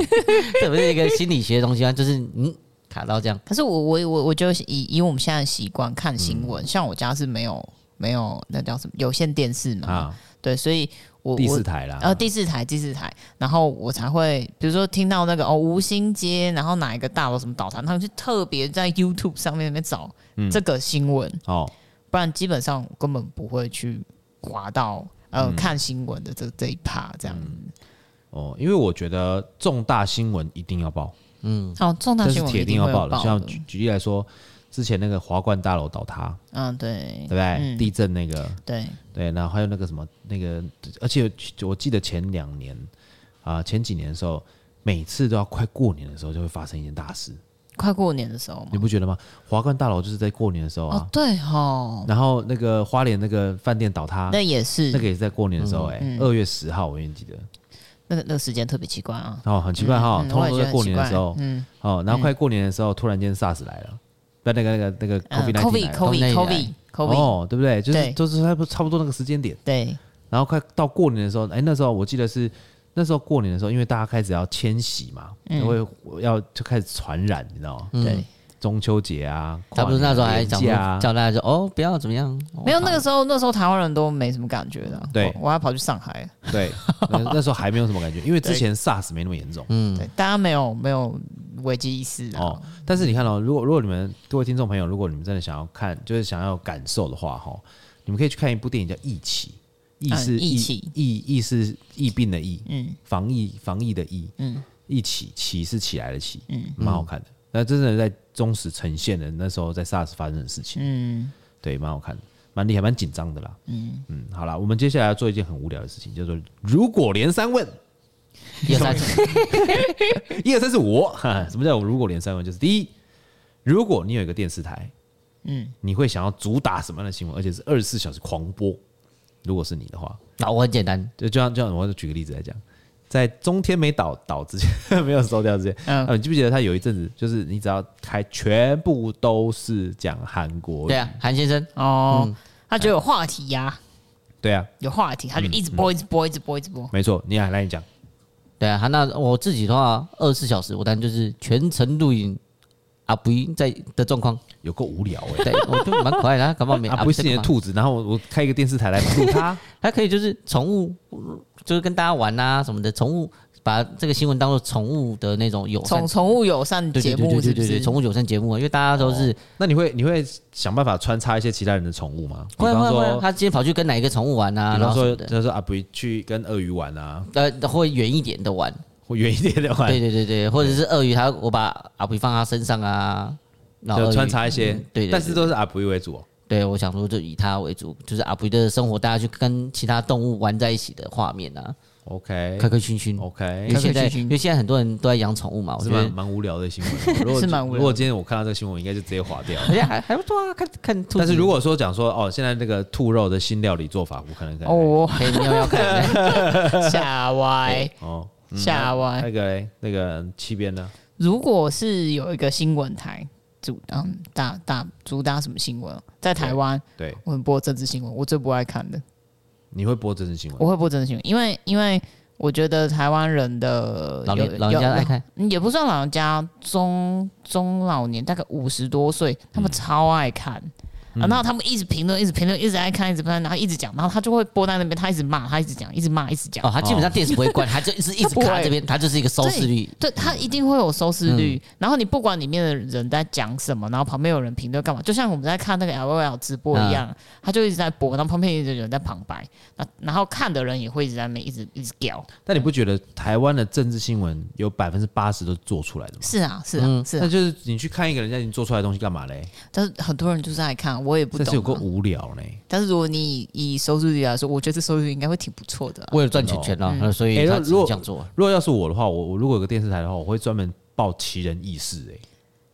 Speaker 2: 这不是一个心理学的东西啊？就是嗯，卡到这样，
Speaker 3: 可是我我我我就以以我们现在的习惯看新
Speaker 1: 嗯
Speaker 3: 闻，像我家是没有没有那叫什么有线电视嘛，
Speaker 1: 啊，
Speaker 3: 对，所以嗯 我
Speaker 1: 第四
Speaker 3: 我
Speaker 1: 台啦，
Speaker 3: 呃第四台第四台，然后我才会比如说听到那个哦吴兴街，然后哪一个大楼什么倒塌，他们是特别在 YouTube 上面那边找
Speaker 1: 嗯
Speaker 3: 这个新闻，
Speaker 1: 哦，
Speaker 3: 不然基本上我根本不会去滑到呃、
Speaker 1: 嗯
Speaker 3: 看新闻的这这一趴这样子。
Speaker 1: 哦，因为我觉得重大新闻一定要报，
Speaker 3: 哦，重大
Speaker 1: 这
Speaker 3: 新
Speaker 1: 是
Speaker 3: 闻
Speaker 1: 铁
Speaker 3: 一
Speaker 1: 定
Speaker 3: 定
Speaker 1: 要
Speaker 3: 会有
Speaker 1: 报的。
Speaker 3: 报
Speaker 1: 像
Speaker 3: 的
Speaker 1: 举举例来说，之前那个华冠大楼倒塌，
Speaker 3: 嗯，对
Speaker 1: 对不对？地震那个，
Speaker 3: 对，
Speaker 1: 对，然后还有那个什么那个，而且我记得前两年啊、前几年的时候，每次都要快过年的时候就会发生一件大事，
Speaker 3: 快过年的时候嘛
Speaker 1: 你，不觉得吗？华冠大楼就是在过年的时候
Speaker 3: 哦
Speaker 1: 啊，
Speaker 3: 对哦，
Speaker 1: 然后那个花莲那个饭店倒塌。
Speaker 3: 那也是
Speaker 1: 啊那个也是在过年的时
Speaker 3: 嗯
Speaker 1: 候、欸，哎、二月十号，我永远记得。
Speaker 3: 那个那个时间特别奇怪啊。
Speaker 1: 哦，很奇怪哈、
Speaker 3: 嗯
Speaker 1: 通
Speaker 3: 我
Speaker 1: 常
Speaker 3: 也
Speaker 1: 都在
Speaker 3: 觉得很
Speaker 1: 过年的
Speaker 3: 奇
Speaker 1: 时
Speaker 3: 怪嗯
Speaker 1: 候，哦，然后快过年的时候，突然间 SARS 来了，不，那个那个那个 COVID
Speaker 3: 呃
Speaker 1: nineteen
Speaker 3: COVID
Speaker 1: 来了
Speaker 3: COVID
Speaker 2: 都那里
Speaker 3: COVID COVID，
Speaker 1: 哦，对不对？就是
Speaker 3: 对
Speaker 1: 就是差不差不多那个时间点，
Speaker 3: 对，
Speaker 1: 然后快到过年的时候，哎，那时候我记得是那时候过年的时候，因为大家开始要迁徙嘛，
Speaker 2: 嗯
Speaker 1: 会要就开始传染，你知道吗？
Speaker 3: 对，
Speaker 1: 中秋节啊，
Speaker 2: 他不是那时候还讲
Speaker 1: 讲
Speaker 2: 说
Speaker 1: 啊，
Speaker 2: 叫大家说哦，不要怎么样，哦
Speaker 3: 没有那个时候，那时候台湾人都没什么感觉的啊。
Speaker 1: 对
Speaker 3: 我我还跑去上海，啊
Speaker 1: 对，那那时候还没有什么感觉，因为之前 SARS 没那么严重。
Speaker 2: 嗯
Speaker 3: 对，大家没有没有危机意识啊
Speaker 1: 嗯哦。，但是你看哦，如果如果你们各位听众朋友，如果你们真的想要看，就是想要感受的话，哈，你们可以去看一部电影叫《疫起》，疫
Speaker 3: 嗯
Speaker 1: 是
Speaker 2: 啊
Speaker 3: 疫起
Speaker 1: 疫疫是疫病的疫，嗯，防疫防疫的疫，嗯，疫起起是起来的起，嗯，蛮好看的。那真的在忠实呈现了那时候在 SARS 发生的事情，
Speaker 3: 嗯，
Speaker 1: 对，蛮好看的，蛮厉害，蛮紧张的啦。嗯嗯，好啦，我们接下来要做一件很无聊的事情，叫做如果连三问，
Speaker 2: 一二三，
Speaker 1: 一二三四五， 哈什么叫如果连三问？就是第一，如果你有一个电视台，嗯，你会想要主打什么样的新闻，而且是二十四小时狂播？如果是你的话，
Speaker 2: 那我很简单，
Speaker 1: 就就像就像我举个例子来讲，在中天没倒倒之前， 没有收掉之前，
Speaker 3: 嗯
Speaker 1: 啊，你记不记得他有一阵子，就是你只要开，全部都是讲韩国语，
Speaker 2: 对啊，韩先生，
Speaker 1: 嗯
Speaker 3: 哦，他觉得有话题呀，
Speaker 1: 对啊，
Speaker 3: 有话题，他就一直播，一直播，一直播，一直播。
Speaker 1: 没错，你来来你讲，
Speaker 2: 对啊，他那我自己的话，二十四小时我当然就是全程录影阿不在的 状况，
Speaker 1: 有够无聊 哎、
Speaker 2: 对我就蛮可爱的，他感冒没
Speaker 1: 啊，不是你
Speaker 2: 在
Speaker 1: 的
Speaker 2: 干嘛
Speaker 1: 兔子，然后我我开一个电视台来录 他，
Speaker 2: 还可以就是宠物，就是跟大家玩啊什么的，宠物把这个新闻当做宠物的那种友善
Speaker 3: 宠宠物友善
Speaker 2: 对对
Speaker 3: 节
Speaker 2: 对
Speaker 3: 目
Speaker 2: 对
Speaker 3: 是
Speaker 2: 对
Speaker 3: 不
Speaker 2: 对
Speaker 3: 是
Speaker 2: 对？宠物友善节目啊，因为大家都是
Speaker 1: 那你会你会想办法穿插一些其他人的宠物吗？比
Speaker 2: 会
Speaker 1: 方
Speaker 2: 会
Speaker 1: 说
Speaker 2: 会，他今天跑去跟哪一个宠物玩
Speaker 1: 哦
Speaker 2: 啊，
Speaker 1: 比
Speaker 2: 然
Speaker 1: 方
Speaker 2: 后什
Speaker 1: 说，
Speaker 2: 么的，
Speaker 1: 他说啊，不去跟鳄鱼玩啊，
Speaker 2: 呃，会远一点的玩，
Speaker 1: 或远一点的玩
Speaker 2: 对。对对对，或者是鳄鱼，它我把阿布放它身上啊，然后
Speaker 1: 就
Speaker 2: 鳄鱼嗯
Speaker 1: 穿插一些，
Speaker 2: 对对对
Speaker 1: 但是都是阿布为主哦。
Speaker 2: 对我想说就以它为主，就是阿布的生活，大家去跟其他动物玩在一起的画面啊，
Speaker 1: OK
Speaker 2: 开开心心。因
Speaker 1: OK，
Speaker 2: 为现在
Speaker 3: 开开心心
Speaker 2: 因为现在很多人都在养宠物嘛，我
Speaker 1: 哦哎是
Speaker 2: 觉
Speaker 1: 蛮
Speaker 2: 得
Speaker 1: 蛮无聊的新闻哦。 如果
Speaker 3: 是蛮无聊的
Speaker 1: 如果今天我看到这个新闻，我应该就直接划 掉。
Speaker 2: 好像还还不错啊，看看兔子。
Speaker 1: 但是如果说讲说哦，现在那个兔肉的新料理做法，我可能可以
Speaker 3: 哦，
Speaker 2: 可以喵喵 看，哎
Speaker 3: 吓歪
Speaker 1: 哦，
Speaker 3: 吓歪。
Speaker 1: 那个嘞那个七边呢？
Speaker 3: 如果是有一个新闻台主嗯打打主打什么新闻，在台湾
Speaker 1: 对，
Speaker 3: 我很播政治新闻，我最不爱看的，
Speaker 1: 你会播真实新闻
Speaker 3: 我会播政治新闻，因为因为我觉得台湾人的
Speaker 2: 老
Speaker 3: 有
Speaker 2: 人老人家
Speaker 3: 有
Speaker 2: 爱看，
Speaker 3: 嗯也不算老人家，中中老年大概五十多岁，他们超爱看。
Speaker 1: 嗯
Speaker 3: 啊然后他们一直评论，一直评论，一直爱看，一直看，然后一直讲，然后他就会播在那边，他一直骂，他一直讲，一直骂，一直讲
Speaker 2: 哦，。他基本上电视不会关，他就一直一直
Speaker 3: 不会
Speaker 2: 卡 这边，他就是一个收视率。
Speaker 3: 对，它一定会有收视率。
Speaker 1: 嗯
Speaker 3: 然后你不管里面的人在讲什么，然后旁边有人评论干嘛，就像我们在看那个 L O L 直播一样，他就一直在播，然后旁边一直有人在旁白，那然后看的人也会一直在那边一直一直屌。
Speaker 1: 但你不觉得台湾的政治新闻有百分之八十都是做出来的吗？
Speaker 3: 是啊，是啊，是
Speaker 1: 那
Speaker 3: 啊。
Speaker 1: 就是你去看一个人家已经做出来的东西干嘛嘞？
Speaker 3: 但是很多人就是爱看，我也不
Speaker 1: 这是有够
Speaker 3: 懂、啊。
Speaker 1: 无聊嘞。
Speaker 3: 但是如果你以以收视率来说，我觉得这收视率应该会挺不错的啊、
Speaker 2: 为了赚钱钱啊，所
Speaker 1: 哎
Speaker 2: 以
Speaker 1: 那
Speaker 2: 他只
Speaker 1: 如
Speaker 2: 能
Speaker 1: 果
Speaker 2: 这样做。
Speaker 1: 如果要是我的话，我我如果有个电视台的话，我会专门报奇人异事哎、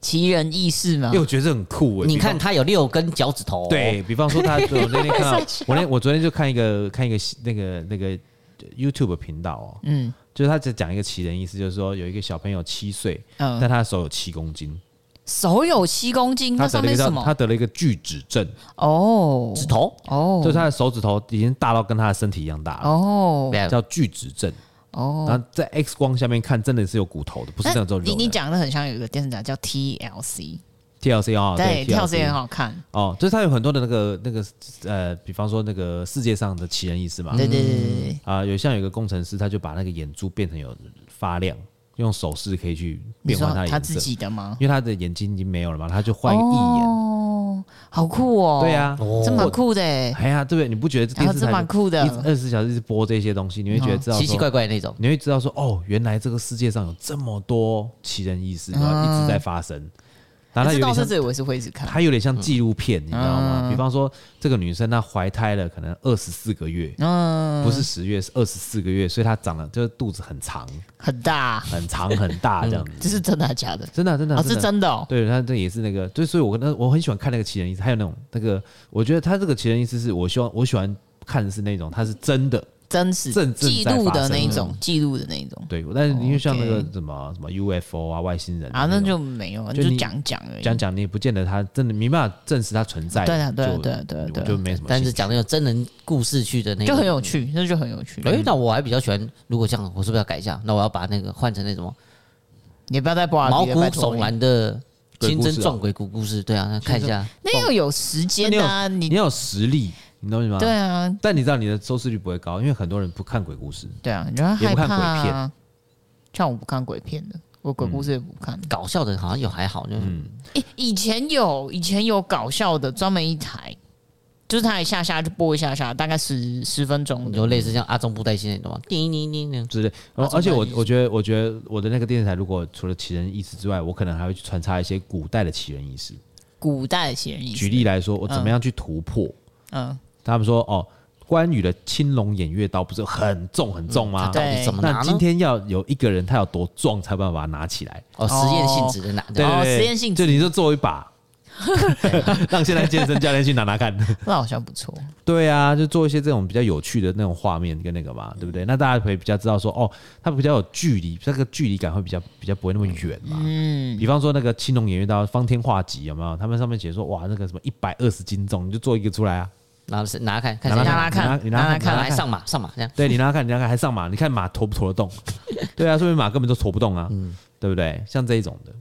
Speaker 3: 奇人异事嘛
Speaker 1: 因为，我觉得这很酷哎、
Speaker 2: 你看
Speaker 1: 比方，
Speaker 2: 他有六根脚趾
Speaker 3: 哦
Speaker 2: 头，
Speaker 1: 对比方说他，对我那天看到，
Speaker 3: 啊
Speaker 1: 我那我昨天就看一个看一个那个那个 YouTube 频道哦、
Speaker 3: 嗯
Speaker 1: 就是他只讲一个奇人异事，就是说有一个小朋友七岁，
Speaker 3: 嗯、
Speaker 1: 但他的手有七公斤，
Speaker 3: 手有七公斤，
Speaker 1: 他
Speaker 3: 那
Speaker 1: 得
Speaker 3: 上
Speaker 1: 了一
Speaker 3: 面
Speaker 1: 个
Speaker 3: 是什
Speaker 1: 叫他
Speaker 3: 么？
Speaker 1: 得了一个巨指症，
Speaker 3: 哦
Speaker 2: 指头，
Speaker 3: 哦，
Speaker 1: 就是他的手指头已经大到跟他的身体一样大了，
Speaker 3: 哦
Speaker 2: 对啊
Speaker 1: 叫巨指症。
Speaker 3: 哦，
Speaker 1: 然后在 X 光下面看，真的是有骨头的，不是
Speaker 3: 那
Speaker 1: 那种
Speaker 3: 你
Speaker 1: 肉
Speaker 3: 你
Speaker 1: 的。
Speaker 3: 讲的很像有一个电视台叫 TLC，
Speaker 1: TLC 哦，
Speaker 3: 对，TLC 很
Speaker 1: 哦，
Speaker 3: 好看，
Speaker 1: 哦，就是它有很多的那个那个呃，比方说那个世界上的奇人异事嘛，
Speaker 3: 对对对对对，
Speaker 1: 啊、有像有个工程师，他就把那个眼珠变成有发亮，用手势可以去
Speaker 3: 你
Speaker 1: 变
Speaker 3: 说
Speaker 1: 换它的
Speaker 3: 他
Speaker 1: 颜
Speaker 3: 自
Speaker 1: 色，
Speaker 3: 己的吗？
Speaker 1: 因为他的眼睛已经没有了嘛，他就换一个义眼。
Speaker 3: 哦，好酷哦，
Speaker 1: 对，啊，
Speaker 3: 这蛮酷的欸，
Speaker 1: 哎呀，对不对？你不觉得这
Speaker 3: 然
Speaker 1: 电
Speaker 3: 后
Speaker 1: 视
Speaker 3: 这
Speaker 1: 台
Speaker 3: 蛮酷的嗯
Speaker 1: 一直，二十四小时一直播这些东西，你会觉得知道
Speaker 2: 奇奇
Speaker 1: 说，
Speaker 2: 怪怪的那种。
Speaker 1: 你会知道说，哦，原来这个世界上有这么多奇人异事，然后一直在发生。然后它
Speaker 3: 这
Speaker 1: 有点
Speaker 3: 倒
Speaker 1: 像
Speaker 3: 嗯是这嗯我也是会一直看，
Speaker 1: 它有点像纪录片，你知道吗？比方说，这个女生她怀胎了，可能二十四个月，
Speaker 3: 嗯，
Speaker 1: 不是十月，是二十四个月，所以她长了就是肚子很长、
Speaker 3: 很大，
Speaker 1: 很长、很 大这样子。
Speaker 3: 这是真的还是假的？
Speaker 1: 嗯真的啊、真的啊、
Speaker 3: 哦，是
Speaker 1: 的啊。
Speaker 3: 真的哦，
Speaker 1: 对，她这也是那个，对，所以我跟她我很喜欢看那个奇人异事，还有那种那个，我觉得她这个奇人异事是我希望我喜欢看的是那种，它是真的。
Speaker 3: 真实
Speaker 1: 正正
Speaker 3: 记
Speaker 1: 在
Speaker 3: 录
Speaker 1: 发
Speaker 3: 的
Speaker 1: 生
Speaker 3: 那一种，记录的那一种，
Speaker 1: 对，但是你就像那个
Speaker 3: 哦 OK
Speaker 1: 什么什么 UFO 啊、外星人
Speaker 3: 啊，那
Speaker 1: 种
Speaker 3: 就没有，
Speaker 1: 就
Speaker 3: 就
Speaker 1: 你
Speaker 3: 讲讲而已，
Speaker 1: 讲讲，你也不见得它真的没办法证实它存在。
Speaker 3: 对啊对啊
Speaker 1: 就
Speaker 3: 对啊对啊
Speaker 1: 我
Speaker 3: 对啊
Speaker 1: 就没什么兴趣。
Speaker 2: 但是讲那种真人故事去的那个，
Speaker 3: 就很有
Speaker 1: 嗯
Speaker 3: 趣，那就很有趣。
Speaker 2: 哎，那我还比较喜欢，如果这样，我是不是要改一下？那我要把那个换成那什么
Speaker 3: 你不要再播阿
Speaker 2: 毛
Speaker 3: 迪了
Speaker 2: 骨
Speaker 3: 拜托
Speaker 2: 悚
Speaker 3: 你
Speaker 2: 然的
Speaker 1: 鬼
Speaker 2: 亲
Speaker 1: 故事
Speaker 2: 身
Speaker 1: 哦
Speaker 2: 撞鬼故故事，对啊，那 看一下。
Speaker 3: 那要有时间的啊，
Speaker 1: 你
Speaker 3: 你
Speaker 1: 要有实力，你懂吗？
Speaker 3: 对。啊，
Speaker 1: 但你知道你的收视率不会高，因为很多人不看鬼故事。
Speaker 3: 对啊，你就会
Speaker 1: 也
Speaker 3: 害
Speaker 1: 不看
Speaker 3: 怕
Speaker 1: 鬼
Speaker 3: 啊。像我不看鬼片的，我鬼故事也不看。
Speaker 2: 搞笑的好像有还好，就是
Speaker 1: 嗯
Speaker 3: 诶，嗯哎以前有，以前有搞笑的专门一台，就是它一下下就播一下下，大概十十分钟的。
Speaker 2: 有类似像阿中布袋戏那种嘛，叮叮叮叮，
Speaker 1: 之类，然后
Speaker 2: 啊
Speaker 1: 而且我
Speaker 2: 这么
Speaker 1: 我觉得，我觉得我的那个电视台，如果除了奇人异事之外，我可能还会去穿插一些古代的奇人异事。
Speaker 3: 古代的奇人异事
Speaker 1: 举，例来说，我怎么样去突破？
Speaker 3: 嗯，
Speaker 1: 他们说，哦，关羽的青龙偃月刀不是很重很重吗？
Speaker 2: 到
Speaker 3: 对
Speaker 2: 底怎么拿
Speaker 1: 那今
Speaker 2: 呢？
Speaker 1: 天要有一个人他有多壮，才有办法把它拿起来。
Speaker 2: 哦，实验性质的拿，
Speaker 1: 对
Speaker 2: 对，
Speaker 1: 对
Speaker 3: 哦
Speaker 1: 对，
Speaker 3: 实验性质
Speaker 1: 就你就做一把， 让现在健身教练去拿拿看。
Speaker 3: 那好像不错。
Speaker 1: 对啊，就做一些这种比较有趣的那种画面跟那个嘛，对不对？那大家可以比较知道说，哦，它比较有距离，这个距离感会比较比较不会那么远嘛。嗯，比方说那个青龙偃月刀方天画戟有没有？他们上面写说，哇，那个什么一百二十斤重，你就做一个出来啊。
Speaker 2: 拿谁拿看看
Speaker 1: 拿
Speaker 2: 谁
Speaker 1: 来
Speaker 2: 拿，
Speaker 3: 拿看
Speaker 1: 你拿
Speaker 3: 拿
Speaker 1: 来
Speaker 3: 来
Speaker 1: 看，
Speaker 2: 看
Speaker 1: 拿
Speaker 2: 来
Speaker 1: 来看，
Speaker 2: 上马上马这样。
Speaker 1: 对你拿来看，你拿来看，还上马，你看马驮不驮得动？对啊，说明马根本就驮不动啊，对不对？像这一种的，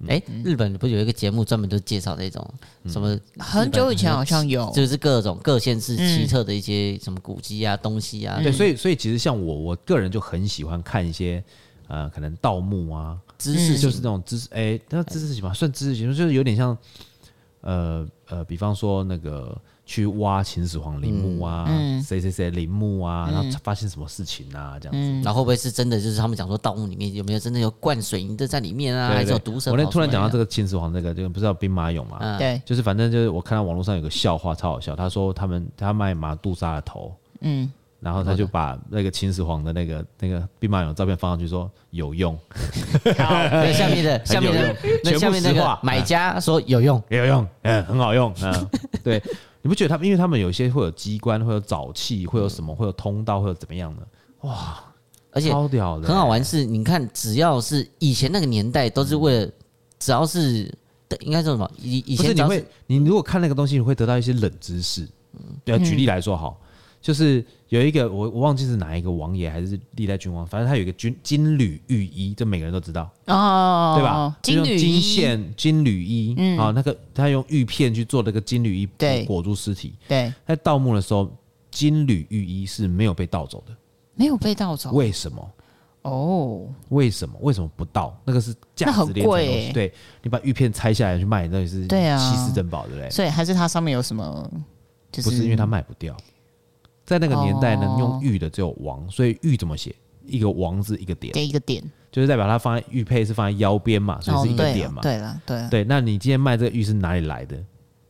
Speaker 1: 嗯
Speaker 2: 哎，日本不是有一个节目专门就介绍那种什么，
Speaker 1: 哦
Speaker 3: 很久以前好像有，
Speaker 2: 就是各种各县市奇特的一些什么古迹啊、东西啊，
Speaker 1: 对，所以所以其实像我，我个人就很喜欢看一些呃，可能盗墓啊，
Speaker 2: 知
Speaker 1: 是
Speaker 2: 识
Speaker 1: 就是那种知识，哎、那知识型吧，算知识型，就是有点像，呃呃，比方说那个去挖秦始皇陵墓啊
Speaker 3: 嗯嗯，
Speaker 1: 谁谁谁陵墓
Speaker 2: 嗯
Speaker 1: 啊，然后发现什么事情啊，这样子。
Speaker 2: 然后会不会是真的？就是他们讲说盗墓里面有没有真的有灌水银的在里面啊，
Speaker 1: 对
Speaker 2: 还
Speaker 1: 对
Speaker 2: 是有毒蛇？
Speaker 1: 我那天突然讲到这，个秦始皇这个，就不是有兵马俑嘛？
Speaker 2: 嗯
Speaker 3: 对，
Speaker 1: 就是反正就是我看到网络上有个笑话，超好笑。他说他们他卖马杜莎的头，
Speaker 3: 嗯，
Speaker 1: 然后他就把那个秦始皇的那个那个兵马俑的照片放上去，说有用，
Speaker 2: 嗯 对，下面的下面
Speaker 1: 很有
Speaker 2: 的
Speaker 1: 用
Speaker 2: 那
Speaker 1: 全部
Speaker 2: 下面那
Speaker 1: 实
Speaker 2: 个
Speaker 1: 话
Speaker 2: 买家说有用，
Speaker 1: 有用，嗯，很好 用，嗯，对。你不觉得他们，因为他们有些会有机关，会有沼气，会有什么，会有通道，会有怎么样的，
Speaker 2: 而且
Speaker 1: 超屌的，
Speaker 2: 很好玩是，你看，只要是以前那个年代，都是为了，只要是应该说什么，以以
Speaker 1: 不是
Speaker 2: 前只
Speaker 1: 你
Speaker 2: 要
Speaker 1: 会，你如果看那个东西，你会得到一些冷知识。
Speaker 2: 嗯
Speaker 1: 对啊，举例来说好，就是有一个我我忘记是哪一个王爷还是历代君王，反正他有一个军金缕玉衣，这每个人都知道，
Speaker 3: 哦，
Speaker 1: 对吧？就
Speaker 3: 金
Speaker 1: 用
Speaker 3: 缕
Speaker 1: 金
Speaker 3: 衣，
Speaker 1: 线、金缕衣
Speaker 2: 嗯
Speaker 1: 啊，那个他用玉片去做那个金缕衣
Speaker 3: 对
Speaker 1: 裹住尸体。
Speaker 3: 对，
Speaker 1: 在盗墓的时候，金缕玉衣是没有被盗走的，
Speaker 3: 没有被盗走
Speaker 1: 为什么？
Speaker 3: 哦，
Speaker 1: 为什么？为什么不盗？那个是价值连城的东
Speaker 3: 那很贵
Speaker 1: 西。
Speaker 3: 欸
Speaker 1: 对你把玉片拆下来去卖，那也是
Speaker 3: 对啊
Speaker 1: 稀世珍宝，对不对？
Speaker 3: 所以还是它上面有什么，就
Speaker 1: 不是因为它卖不掉，在那个年代能
Speaker 3: 哦
Speaker 1: 用玉的只有王，所以玉怎么写？一个王字一个点，
Speaker 3: 给一个点，
Speaker 1: 就是代表它放在玉佩是放在腰边嘛，所以
Speaker 3: 哦
Speaker 1: 是一个
Speaker 3: 对
Speaker 1: 点
Speaker 3: 了
Speaker 1: 嘛。
Speaker 3: 对了对了，啊
Speaker 1: 对，那你今天卖这个玉是哪里来的？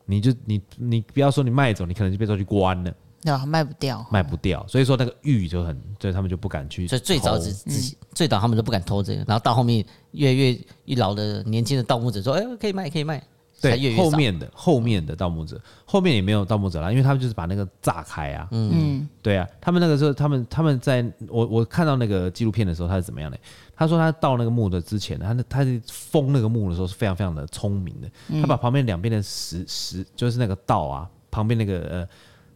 Speaker 1: 你就你你不要说你卖走，你可能就被抓去关了，
Speaker 3: 那啊卖不掉，
Speaker 1: 卖不掉。所以说那个玉就很，所以他们就不敢去偷。
Speaker 2: 所以最
Speaker 1: 哦
Speaker 2: 早只只最早他们都不敢偷这个，然后到后面越越一老的年轻的盗墓者说，哎，可以卖，可以卖，才越
Speaker 1: 对
Speaker 2: 越
Speaker 1: 后
Speaker 2: 少。
Speaker 1: 面的后面的盗墓者，后面也没有盗墓者啦，因为他们就是把那个炸开啊，
Speaker 3: 嗯
Speaker 1: 对啊，他们那个时候，他们他们在我我看到那个纪录片的时候，他是怎么样的？他说他到那个墓的之前，他那他是封那个墓的时候是非常非常的聪明的，
Speaker 3: 嗯
Speaker 1: 他把旁边两边的石石就是那个道啊，旁边那个呃，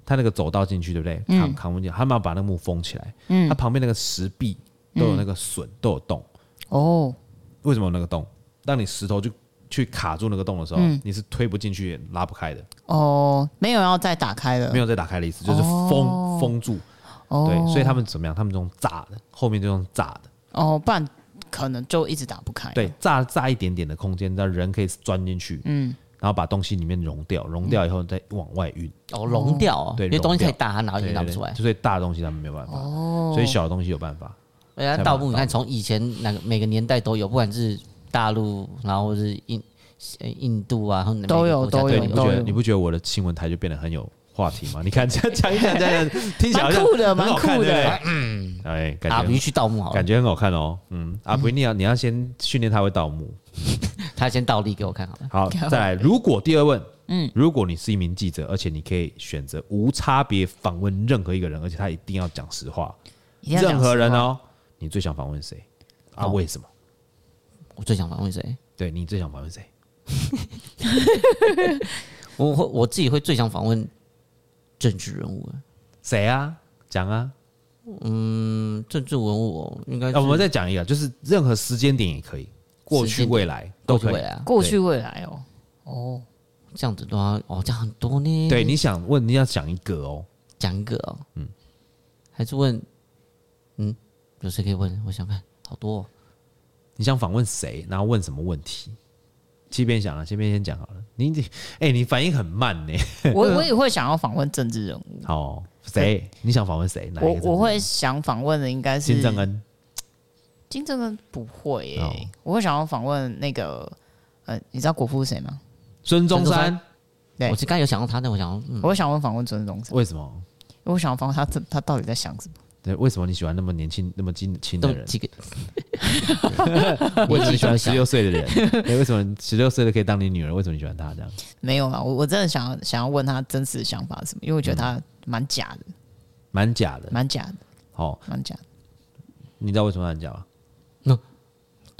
Speaker 1: 他那个走道进去，对不对？
Speaker 3: 嗯
Speaker 1: 扛扛不进，他们要把那个墓封起来，他旁边那个石壁都有那个笋，都有洞，
Speaker 3: 哦，
Speaker 1: 为什么有那个洞？当你石头就去卡住那个洞的时候，你是推不进去、也拉不开的，
Speaker 3: 哦，没有要再打开了，
Speaker 1: 没
Speaker 3: 有
Speaker 1: 有再打开的意思，就是封、封住。
Speaker 3: 哦，
Speaker 1: 对，所以他们怎么样？他们这种炸的，后面就用炸的，
Speaker 3: 哦，不然可能就一直打不开。
Speaker 1: 对，，炸炸一点点的空间，让人可以钻进去，
Speaker 3: 嗯，
Speaker 1: 然后把东西里面融掉，融掉以后再往外运，
Speaker 2: 哦，融掉哦，
Speaker 1: 对
Speaker 2: 因为东西
Speaker 1: 融掉
Speaker 2: 太大，他拿
Speaker 1: 对
Speaker 2: 也嗯啊拿
Speaker 1: 对
Speaker 2: 不
Speaker 1: 对，
Speaker 2: 出来。
Speaker 1: 所以大的东西他们没有办法，所以小的东西有办法。
Speaker 2: 人家盗墓，你看从以前哪个每个年代都有，不管是大陆，然后是印呃印度啊，然后每个
Speaker 3: 都有
Speaker 2: 国家
Speaker 3: 都
Speaker 1: 对，
Speaker 3: 有
Speaker 1: 你不
Speaker 3: 都
Speaker 1: 觉
Speaker 3: 有
Speaker 1: 得你不觉得我的新闻台就变得很有话题吗？你看这样讲一讲讲一讲，听起来好像
Speaker 3: 蛮酷的
Speaker 1: 很好看
Speaker 3: 蛮酷的，
Speaker 1: 嗯，哎，感
Speaker 2: 阿
Speaker 1: 觉
Speaker 2: 比去盗墓好了
Speaker 1: 感，觉很好看哦，嗯，阿不，你要你要先训练他会盗墓，
Speaker 2: 他先倒立给我看好了。
Speaker 1: 好，再来，如果第二问，嗯，如果你是一名记者，而且你可以选择无差别访问任何一个人，而且他一定要讲实话，
Speaker 3: 一定要讲
Speaker 1: 任何人
Speaker 3: 实话，
Speaker 1: 哦，你最想访问谁？啊，
Speaker 2: 哦
Speaker 1: 为什么？
Speaker 2: 我最想访问谁？
Speaker 1: 对你最想访问谁？
Speaker 2: 我会我自己会最想访问政治人物啊，
Speaker 1: 谁啊？讲啊！
Speaker 2: 嗯，政治人物哦，应该是
Speaker 1: 啊我们再讲一个，就是任何时间点也可以，过
Speaker 2: 时
Speaker 1: 去、
Speaker 2: 间点
Speaker 1: 未来都
Speaker 2: 过去
Speaker 1: 可
Speaker 2: 未
Speaker 1: 以。
Speaker 2: 来啊，
Speaker 3: 过去未来哦，哦，
Speaker 2: 这样子的话，哦，这样很多呢。
Speaker 1: 对，你想问，你要讲一个哦。
Speaker 2: 讲一个哦，嗯，还是问，嗯，有谁可以问？我想看，好多、哦，
Speaker 1: 你想访问谁，然后问什么问题？这边想啊，这边先讲好了。你你，哎、你反应很慢呢、
Speaker 3: 我我也会想要访问政治人
Speaker 2: 嗯
Speaker 3: 物，
Speaker 1: 好、谁？你想访问谁？哪一个
Speaker 3: 我
Speaker 1: 政治
Speaker 3: 我
Speaker 1: 人
Speaker 3: 会想访问的应该是
Speaker 1: 金正，恩。
Speaker 3: 金正恩不会耶、
Speaker 1: 哦
Speaker 3: 我会想要访问那个，呃，你知道国父是谁吗？
Speaker 1: 孙中
Speaker 2: 孙中
Speaker 1: 山
Speaker 2: 山
Speaker 3: 对
Speaker 2: 我是刚才有想到他，但我想要，嗯，
Speaker 3: 我会想要访问孙中山，
Speaker 1: 为什么？
Speaker 3: 我想要访问他他他到底在想什么？
Speaker 1: 对，为什么你喜欢那么年轻、那么轻轻的
Speaker 2: 都
Speaker 1: 人？
Speaker 2: 几个
Speaker 1: 为什么你喜欢十
Speaker 2: 年纪都小
Speaker 1: 六岁的人？对，为什么十六岁的可以当你女儿？为什么你喜欢她这样？
Speaker 3: 没有啊啦，我我真的想要想要问他真实的想法是什么，因为我觉得
Speaker 1: 嗯
Speaker 3: 他蛮假的，
Speaker 1: 蛮假的。
Speaker 3: 蛮假的，
Speaker 1: 哦，
Speaker 3: 蛮假的。
Speaker 1: 你知道为什么很假吗？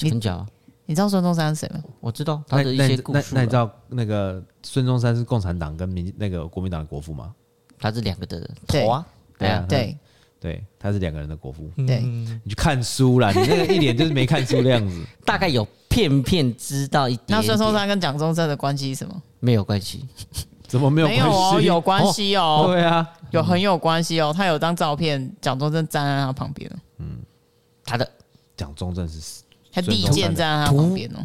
Speaker 3: 你
Speaker 2: 很假啊，
Speaker 3: 你知道孙中山是谁吗？
Speaker 2: 我知道他的一
Speaker 1: 那
Speaker 2: 些
Speaker 1: 那
Speaker 2: 故
Speaker 1: 那
Speaker 2: 事
Speaker 1: 那你知
Speaker 2: 啊，
Speaker 1: 道那个孙中山是共产党跟民那个国民党的国父吗？
Speaker 2: 他是两个的头啊，
Speaker 1: 对啊嗯
Speaker 3: 对
Speaker 1: 对，他是两个人的国父。
Speaker 3: 对，
Speaker 1: 你去看书啦，你那个一脸就是没看书的样子。
Speaker 2: 大概有片片知道一点点，
Speaker 3: 那孙中山跟蒋中正的关系是什么？
Speaker 2: 没有关系，
Speaker 1: 怎么没有
Speaker 3: 没有
Speaker 1: 关
Speaker 3: 哦，
Speaker 1: 系？
Speaker 3: 有关系
Speaker 1: 哦。
Speaker 3: 哦，
Speaker 1: 对啊，
Speaker 3: 有很有关系哦。他有张照片，蒋中正站在他旁边哦，
Speaker 2: 他的
Speaker 1: 蒋中正是
Speaker 3: 他利剑站在他旁边哦，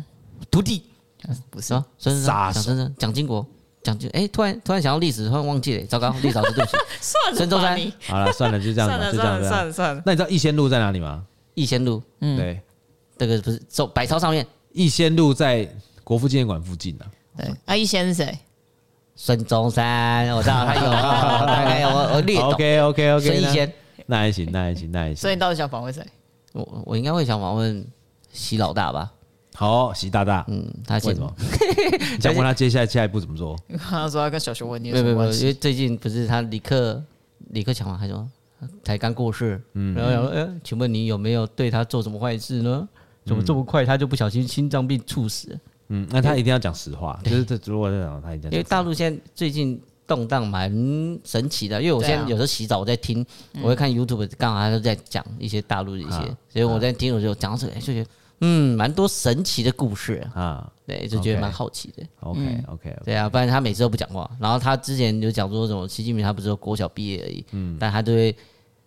Speaker 2: 徒弟
Speaker 3: 不是
Speaker 2: 啊，孙中
Speaker 1: 杀手
Speaker 2: 山蒋中正、蒋经国讲就哎、突然突然想到历史，突然忘记了，糟糕，历史老师对不起。
Speaker 3: 算
Speaker 2: 神州山
Speaker 3: 吧你
Speaker 1: 好了，算了，就这样
Speaker 3: 算
Speaker 1: 子吧，
Speaker 3: 了
Speaker 1: 就这样子
Speaker 3: 算了嗯算
Speaker 1: 吧。
Speaker 3: 了算了，
Speaker 1: 那你知道逸仙路在哪里吗？
Speaker 2: 逸仙路
Speaker 1: 对，
Speaker 2: 那个不是走百超上面，
Speaker 1: 逸仙路在国父纪念馆附近啊。
Speaker 3: 对，阿一仙是谁？
Speaker 2: 孙中山，我知 道他有，哦大概有我我略懂。
Speaker 1: OK OK OK，
Speaker 2: 孙逸仙，
Speaker 1: 那还行，那还行，那还
Speaker 3: 所以
Speaker 1: 行。
Speaker 3: 你到底想访问谁？
Speaker 2: 我我应该会想访问习老大吧？
Speaker 1: 好，习大大，
Speaker 2: 嗯，他
Speaker 1: 为
Speaker 2: 现
Speaker 1: 什么？你想问他接下来下一步怎么做？
Speaker 3: 因为他说要跟小学问你有
Speaker 2: 没
Speaker 3: 什
Speaker 2: 有没
Speaker 3: 么
Speaker 2: 有没有，
Speaker 3: 关
Speaker 2: 因为
Speaker 3: 系？
Speaker 2: 最近不是他李克李克强嘛，还说才刚过世，
Speaker 3: 嗯
Speaker 2: 然后想说，呃，请问你有没有对他做什么坏事呢？
Speaker 3: 嗯
Speaker 2: 怎么这么快他就不小心心脏病猝死？
Speaker 1: 嗯，那他一定要讲实话，就是这如果这样，他一定
Speaker 2: 因
Speaker 1: 要
Speaker 2: 为
Speaker 1: 讲。
Speaker 2: 大陆现在最近动荡蛮神奇的，因为我现在
Speaker 3: 对啊嗯
Speaker 2: 有时候洗澡我在听，我会看 YouTube，刚好他就在讲一些大陆的一些
Speaker 1: 啊，
Speaker 2: 所以我在听我就讲到这个，哎就觉得嗯，蛮多神奇的故事，
Speaker 1: 啊
Speaker 2: 对，就觉得
Speaker 1: OK
Speaker 2: 蛮好奇的。
Speaker 1: ，OK OK，
Speaker 2: 对啊，不然他每次都不讲话。然后他之前有讲说什么，习近平他不是说国小毕业而已，
Speaker 1: 嗯
Speaker 2: 但他就会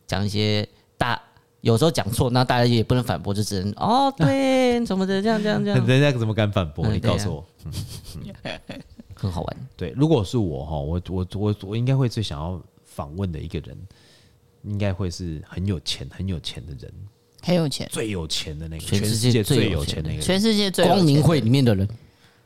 Speaker 2: 讲一些大，有时候讲错，那大家也不能反驳，就只能 哦对什么的，这样这样
Speaker 3: 啊
Speaker 2: 这样，
Speaker 1: 人家怎么敢反驳？
Speaker 2: 嗯
Speaker 1: 你
Speaker 2: 对啊
Speaker 1: 告诉我。
Speaker 2: 很好玩。
Speaker 1: 对，如果是我哈，我我我我应该会最想要访问的一个人，应该会是很有钱、很有钱的人，
Speaker 3: 很有钱，
Speaker 1: 最有钱的那个，
Speaker 2: 全
Speaker 1: 全
Speaker 2: 世
Speaker 1: 世
Speaker 2: 界
Speaker 1: 界
Speaker 2: 最
Speaker 1: 最
Speaker 2: 有
Speaker 1: 有
Speaker 2: 钱
Speaker 1: 钱
Speaker 2: 的
Speaker 1: 那个人。
Speaker 3: 全世界
Speaker 1: 啊
Speaker 3: 最有
Speaker 2: 光明
Speaker 3: 钱
Speaker 2: 会里面的人，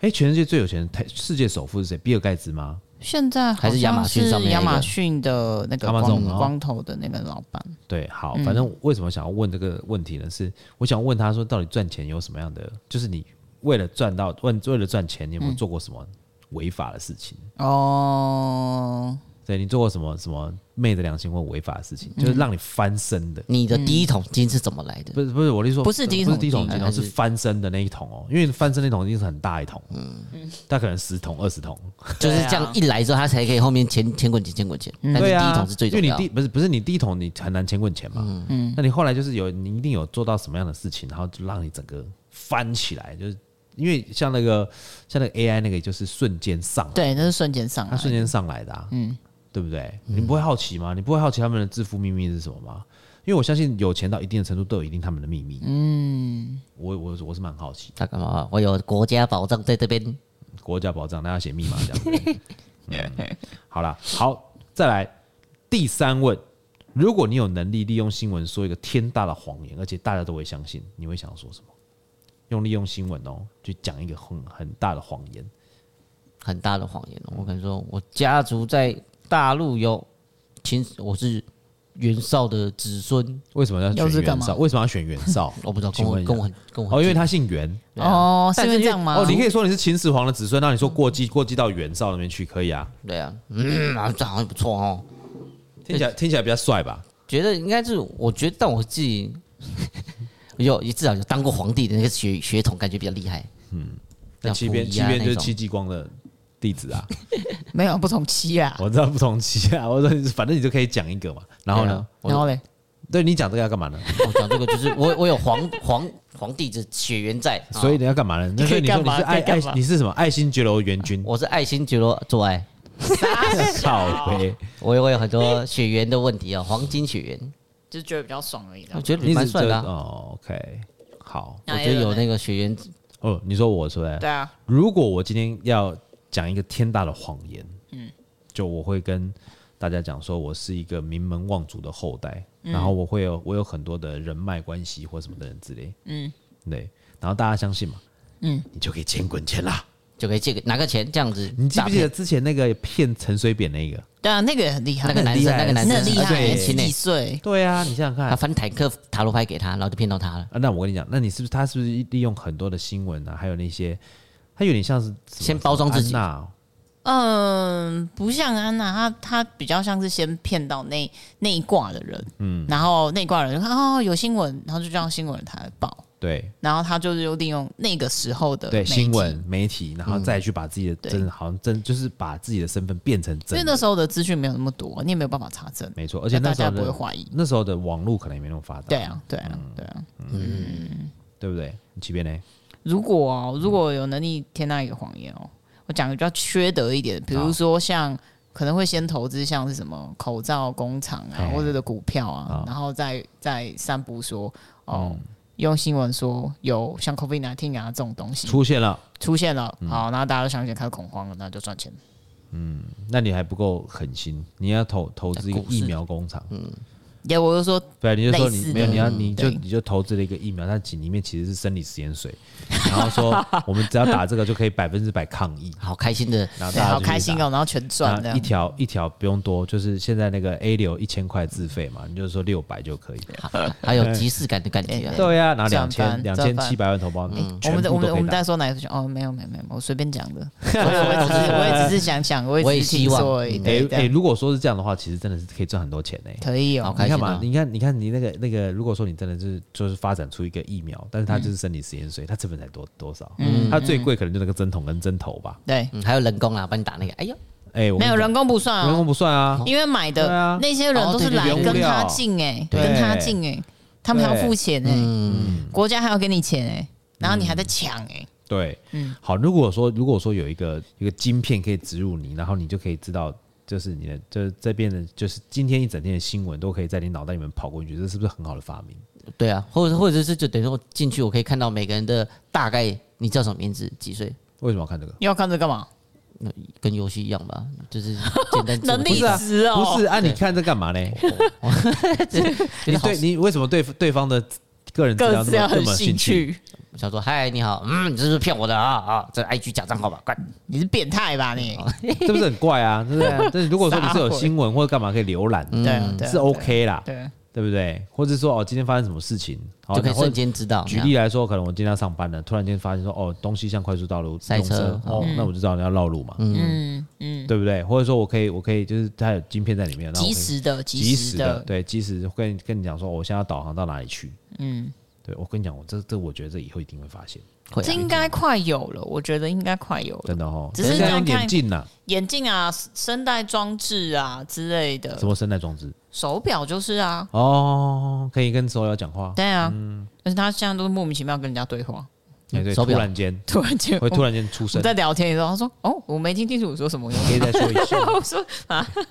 Speaker 1: 哎，全世界最有钱的，台世界首富是谁？比尔盖茨吗？
Speaker 3: 现在好
Speaker 2: 还是亚马
Speaker 3: 像
Speaker 2: 逊
Speaker 3: 是
Speaker 2: 上面那
Speaker 3: 亚
Speaker 2: 个
Speaker 3: 马逊的那个
Speaker 1: Amazon
Speaker 3: 光
Speaker 1: 哦
Speaker 3: 光头的那个老板，
Speaker 1: 对，好，
Speaker 2: 嗯
Speaker 1: 反正为什么想要问这个问题呢？是我想问他说，到底赚钱有什么样的？就是你为了赚到，问为了赚钱，你有
Speaker 2: 嗯
Speaker 1: 没有做过什么违法的事情？
Speaker 3: 哦，
Speaker 1: 对你做过什么什么昧着良心或违法的事情，
Speaker 2: 嗯
Speaker 1: 就是让你翻身的？
Speaker 2: 你的第一桶金是怎么来的？
Speaker 1: 不是不是，我的意思说
Speaker 3: 不是第一
Speaker 1: 不
Speaker 3: 桶
Speaker 1: 是第一桶
Speaker 3: 金
Speaker 1: 金
Speaker 2: 还
Speaker 1: 哦，
Speaker 2: 是
Speaker 1: 是翻身的那一桶哦，因为翻身那桶一定是很大一桶，嗯，它可能十桶二十桶，
Speaker 2: 就是这样一来之后，他才可以后面钱钱滚钱钱滚钱。但是第
Speaker 1: 对啊，
Speaker 2: 一桶是最
Speaker 1: 因为
Speaker 2: 重
Speaker 1: 你
Speaker 2: 要
Speaker 1: 第。不是不是你第一桶你很难钱滚钱嘛，嗯，那你后来就是有你一定有做到什么样的事情，然后就让你整个翻起来，就是因为像那个像那个 AI 那个就是瞬间上来，
Speaker 3: 对，那是瞬间上
Speaker 1: 它
Speaker 3: 来，
Speaker 1: 瞬间上来的、啊，嗯，对不对？你不会好奇吗？你不会好奇他们的致富秘密是什么吗？因为我相信有钱到一定的程度都有一定他们的秘密，嗯，我我我是蛮好奇的。
Speaker 2: 他干嘛？我有国家保障在这边，
Speaker 1: 国家保障，那要写密码这样 子。嗯好啦，好，再来第三问：如果你有能力利用新闻说一个天大的谎言，而且大家都会相信，你会想要说什么？用利用新闻哦，去讲一个很很大的谎言。
Speaker 2: 很大的谎言哦。我跟你说，我家族在大陆有亲，我是袁绍的子孙，
Speaker 1: 为什么要
Speaker 3: 又是
Speaker 1: 选
Speaker 3: 干
Speaker 1: 袁
Speaker 2: ？
Speaker 3: 嘛
Speaker 1: 绍？为什么要选袁绍
Speaker 2: 我不知道跟
Speaker 1: 请
Speaker 2: 我
Speaker 1: 问一下
Speaker 2: 跟我很跟我很
Speaker 1: 哦，因为
Speaker 2: 近
Speaker 1: 他姓袁，
Speaker 2: 啊
Speaker 3: 哦，是因为
Speaker 1: 但
Speaker 3: 这样吗？
Speaker 1: 哦，你可以说你是秦始皇的子孙，那你说过继过继到袁绍那边去可以啊？
Speaker 2: 对啊，嗯，啊这好像不错哦。
Speaker 1: 听起来听起来比较帅吧？
Speaker 2: 觉得应该是，我觉得但我自己 有至少有当过皇帝的那个血血统，感觉比较厉害。
Speaker 1: 嗯那
Speaker 2: 像
Speaker 1: 七
Speaker 2: 溥
Speaker 1: 边
Speaker 2: 仪
Speaker 1: 七
Speaker 2: 啊
Speaker 1: 边
Speaker 2: 那
Speaker 1: 就是
Speaker 2: 种
Speaker 1: 戚继光的弟子啊。
Speaker 3: 没有不同期啊，
Speaker 1: 我知道不同期啊，我说你反正你就可以讲一个嘛。然后
Speaker 2: 对
Speaker 1: 呢
Speaker 2: 啊，
Speaker 3: 然后嘞，
Speaker 1: 对你讲这个要干嘛呢？
Speaker 2: 我讲这个就是我我有皇皇皇帝的血缘在，啊
Speaker 1: 所以你要干嘛呢？那
Speaker 3: 你可
Speaker 1: 所
Speaker 3: 以
Speaker 1: 以你说
Speaker 3: 干
Speaker 1: 你
Speaker 3: 嘛
Speaker 1: 是爱
Speaker 3: 可以
Speaker 1: 爱
Speaker 3: 干嘛，
Speaker 1: 你是什么爱新觉罗元军？
Speaker 2: 我是爱新觉罗做爱，
Speaker 1: 靠呗，
Speaker 2: 我我有很多血缘的 问题啊，黄金血缘，
Speaker 3: 就觉得比较爽而已啦
Speaker 2: 我。觉得
Speaker 1: 你
Speaker 2: 蛮
Speaker 1: 只
Speaker 2: 帅的、啊。
Speaker 1: 哦，OK，好
Speaker 2: 我觉得有那个血缘，
Speaker 1: 哦。你说我是不是？
Speaker 3: 对啊，
Speaker 1: 如果我今天要讲一个天大的谎言，嗯，就我会跟大家讲说，我是一个名门望族的后代，然后我会有我有很多的人脉关系或什么的人之类，嗯，对，然后大家相信嘛，嗯，你就可以钱滚钱啦。
Speaker 2: 就可以借给拿个钱这样子
Speaker 1: 你记
Speaker 2: 诈
Speaker 1: 不记得
Speaker 2: 骗。
Speaker 1: 之前那个骗陈水扁那个？
Speaker 3: 对啊，那个也很厉害，
Speaker 2: 那个男
Speaker 1: 很厉
Speaker 2: 生，
Speaker 1: 害
Speaker 2: 那个男
Speaker 3: 那
Speaker 2: 生
Speaker 3: 很厉害
Speaker 1: 对
Speaker 3: 欸，
Speaker 2: 很
Speaker 3: 十
Speaker 2: 亲
Speaker 3: 几
Speaker 2: 欸
Speaker 3: 岁，
Speaker 1: 对啊，你想想看
Speaker 2: 他。翻坦克塔罗牌给他，然后就骗到他了。
Speaker 1: 啊那我跟你讲，那你是不是他是不是利用很多的新闻啊，还有那些，他有点像是什么
Speaker 2: 先包装自己
Speaker 1: 安娜哦
Speaker 3: 嗯，不像安娜，她她比较像是先骗到那那一挂的人，嗯，然后那一挂人就看哦有新闻，然后就让新闻台来报，
Speaker 1: 对
Speaker 3: 然后他就是又利用那个时候的
Speaker 1: 对
Speaker 3: 呃媒体
Speaker 1: 新闻，媒体，然后再去把自己的
Speaker 3: 对
Speaker 1: 真的好像真就是把自己的身份变成
Speaker 3: 因为
Speaker 1: 真
Speaker 3: 那
Speaker 1: 的，
Speaker 3: 时候的资讯没有那么多，你也没有办法查证，
Speaker 1: 没错，而且那
Speaker 3: 大
Speaker 1: 时
Speaker 3: 家
Speaker 1: 候
Speaker 3: 不会
Speaker 1: 的啊嗯
Speaker 3: 怀疑。
Speaker 1: 那时候的网络可能也没那么发达，
Speaker 3: 对啊，对啊，对啊。
Speaker 1: 对不对？你即便呢，
Speaker 3: 如果哦，如果有能力添加一个谎言哦，我讲个比较缺德一点，比如说像可能会先投资像是什么口罩工厂啊
Speaker 1: 哎，
Speaker 3: 或者的股票
Speaker 1: 啊，
Speaker 3: 啊然后再再散布说
Speaker 1: 嗯
Speaker 3: 哦，用新闻说有像 COVID 1 9啊这种东西
Speaker 1: 出现了嗯
Speaker 3: 出现了，好，然后大家都相信开始恐慌了，那就赚钱。
Speaker 1: 那你还不够狠心，你要投投资一个
Speaker 2: 股市
Speaker 1: 疫苗工厂，
Speaker 3: 也我就说
Speaker 1: 对啊，你就说
Speaker 3: 类似
Speaker 1: 你
Speaker 3: 的
Speaker 1: 没有，你要
Speaker 3: 嗯
Speaker 1: 你就
Speaker 3: 对
Speaker 1: 你就投资了一个疫苗，但其里面其实是生理实验水，然后说我们只要打这个就可以百分之百抗疫，
Speaker 2: 好开心的，
Speaker 1: 然后啊
Speaker 3: 对，
Speaker 1: 大家
Speaker 3: 好
Speaker 1: 就去
Speaker 3: 开心
Speaker 1: 打
Speaker 3: 哦，然后全 赚这
Speaker 1: 那一
Speaker 3: 样。
Speaker 1: 条一条不用多，就是现在那个 A 流一千块自费嘛，你就说六百就可以。
Speaker 2: 还有即视感的感觉啊。
Speaker 3: 哎
Speaker 1: 对呀、啊，拿两
Speaker 3: 赚
Speaker 1: 千
Speaker 3: 翻
Speaker 1: 两千
Speaker 3: 赚
Speaker 1: 七
Speaker 3: 翻嗯
Speaker 1: 百万同胞，
Speaker 3: 我
Speaker 1: 全部
Speaker 3: 们
Speaker 1: 都
Speaker 3: 在我
Speaker 1: 可以
Speaker 3: 们我们
Speaker 1: 打
Speaker 3: 在说哪个学校？哦，没有没有没有，我随便讲 的。我也我也只是我也只是想想，我
Speaker 2: 我也
Speaker 3: 也只是
Speaker 2: 希
Speaker 3: 听
Speaker 2: 望
Speaker 3: 说而已。
Speaker 1: 哎
Speaker 3: 对，
Speaker 1: 哎、
Speaker 3: 这样
Speaker 1: 如果说是这样的话，其实真的是可以赚很多钱呢、
Speaker 3: 可以
Speaker 2: 好
Speaker 3: 哦。
Speaker 1: 你
Speaker 2: 开心
Speaker 1: 看嘛
Speaker 2: 啊，！
Speaker 1: 你看，你看，你那个那个，如果说你真的是就是发展出一个疫苗，但是它
Speaker 3: 嗯
Speaker 1: 就是生理实验水，它成本才多多少？它最贵可能就那个针筒跟针头吧。
Speaker 3: 对，
Speaker 2: 嗯，还有人工啦，帮你打那个，哎呦，
Speaker 1: 哎、我跟
Speaker 3: 没
Speaker 1: 你讲
Speaker 3: 有人工不算
Speaker 1: 人工
Speaker 3: 哦，
Speaker 1: 不算啊，
Speaker 3: 因为买
Speaker 1: 对啊
Speaker 3: 的那些人
Speaker 2: 哦
Speaker 3: 都是
Speaker 2: 对对
Speaker 3: 来
Speaker 2: 对
Speaker 1: 原物
Speaker 3: 跟
Speaker 1: 料
Speaker 3: 他进哎，
Speaker 1: 对
Speaker 3: 跟他进哎，他们还要付钱哎，
Speaker 2: 嗯，
Speaker 3: 国家还要给你钱哎，然后你
Speaker 1: 嗯
Speaker 3: 还在抢哎，
Speaker 1: 对，好，如果说如果说有一个一个晶片可以植入你，然后你就可以知道，就是你的就是这边的，就是今天一整天的新闻都可以在你脑袋里面跑过去，这是不是很好的发明？
Speaker 2: 对啊，或者或者是就等于说进去，我可以看到每个人的大概你叫什么名字，几岁，
Speaker 1: 为什么要看这个？
Speaker 3: 要看这干嘛？
Speaker 2: 跟游戏一样吧，就是简单
Speaker 3: 能力
Speaker 2: 自我
Speaker 3: 值
Speaker 1: 不是
Speaker 3: 哦，
Speaker 1: 啊，你看这干嘛呢？
Speaker 2: 有
Speaker 1: 你
Speaker 2: 点好
Speaker 1: 对你为什么对对方的个人资料
Speaker 3: 各
Speaker 1: 那
Speaker 3: 自要
Speaker 1: 么那
Speaker 3: 很
Speaker 1: 么有
Speaker 3: 兴
Speaker 1: 兴趣？
Speaker 3: 趣。
Speaker 2: 想说嗨，你好，嗯，你这是不是骗我的啊啊，这 IG 假账号吧，快，
Speaker 3: 你是变态 吧你？
Speaker 1: 这不是很怪啊？对不 对？但是如果说你是有新闻或者干嘛可以浏览，
Speaker 3: 啊对啊对啊
Speaker 1: 是 OK 啦，
Speaker 3: 对，
Speaker 1: 对不对？或者说哦，今天发生什么事情，好
Speaker 2: 就可以
Speaker 1: 然后
Speaker 2: 瞬间知
Speaker 3: 哦
Speaker 2: 道。
Speaker 1: 举例来说，可能我今天要上班了，突然间发现说，哦，东西向快速道路
Speaker 2: 塞
Speaker 1: 拥
Speaker 2: 车
Speaker 1: 哦，那我就知道你要绕路嘛，
Speaker 3: 嗯嗯，
Speaker 1: 对不对？或者说我可以，我可以就是它有晶片在里面，然后
Speaker 3: 及
Speaker 1: 我可以
Speaker 3: 时的，
Speaker 1: 及
Speaker 3: 及
Speaker 1: 时
Speaker 3: 时
Speaker 1: 的，
Speaker 3: 的，
Speaker 1: 对，及时跟跟你讲说，哦我现在要导航到哪里去？
Speaker 3: 嗯。
Speaker 1: 对我跟你讲，我这这我觉得这以后一定会发现，
Speaker 2: 这会
Speaker 3: 这
Speaker 2: 啊
Speaker 3: 应该快有了，我觉得应该快有了。
Speaker 1: 真的哦。
Speaker 3: 只是
Speaker 1: 现在用
Speaker 3: 看看
Speaker 1: 眼镜呐，
Speaker 3: 眼镜啊、声带装置啊之类的
Speaker 1: 什，么声带装置
Speaker 3: 手表就是啊，
Speaker 1: 哦，可以跟手表讲话，
Speaker 3: 对啊，
Speaker 1: 嗯
Speaker 3: 而且他现在都是莫名其妙跟人家对 话，
Speaker 1: 哎对，
Speaker 2: 手
Speaker 1: 突
Speaker 2: 表
Speaker 1: 然间
Speaker 3: 突然间
Speaker 1: 会突
Speaker 3: 然
Speaker 1: 然间出
Speaker 3: 我
Speaker 1: 声
Speaker 3: 们，在聊天的时候，他说：“哦，我没听清楚我说 什么。
Speaker 1: 可以再说一次。
Speaker 3: 我说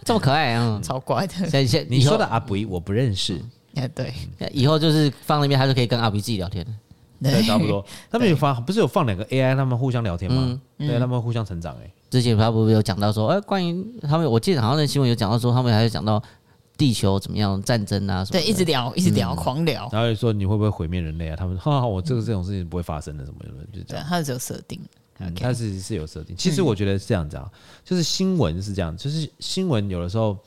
Speaker 2: 这么可爱 啊！嗯：“
Speaker 3: 超怪的。
Speaker 2: 现现
Speaker 1: 你说的阿不我不认识，”
Speaker 3: 哎，对，
Speaker 1: 嗯
Speaker 2: 以后就是放那边，他就可以跟阿比自己聊天。
Speaker 1: 对，嗯差不 多。他们有发，不是有放两个 AI，他们互相聊天吗？对，他们互相成长，哎，
Speaker 2: 之前他不是有讲到说，哎，关于他们，我记得好像那新闻有讲到说，他们还有讲到地球怎么样战争啊什么的。
Speaker 3: 对，一
Speaker 1: 嗯
Speaker 3: 直聊，一直聊，狂聊。
Speaker 1: 然后就说你会不会毁灭人类啊？他们说哈哈，我这个这种事情不会发生的，什么什么，就是这
Speaker 3: 对，
Speaker 1: 样。
Speaker 3: 他是有设定。
Speaker 1: 嗯，它是是有设定。其实我觉得是这样子啊，就是新闻是这样，就是新闻有的时候，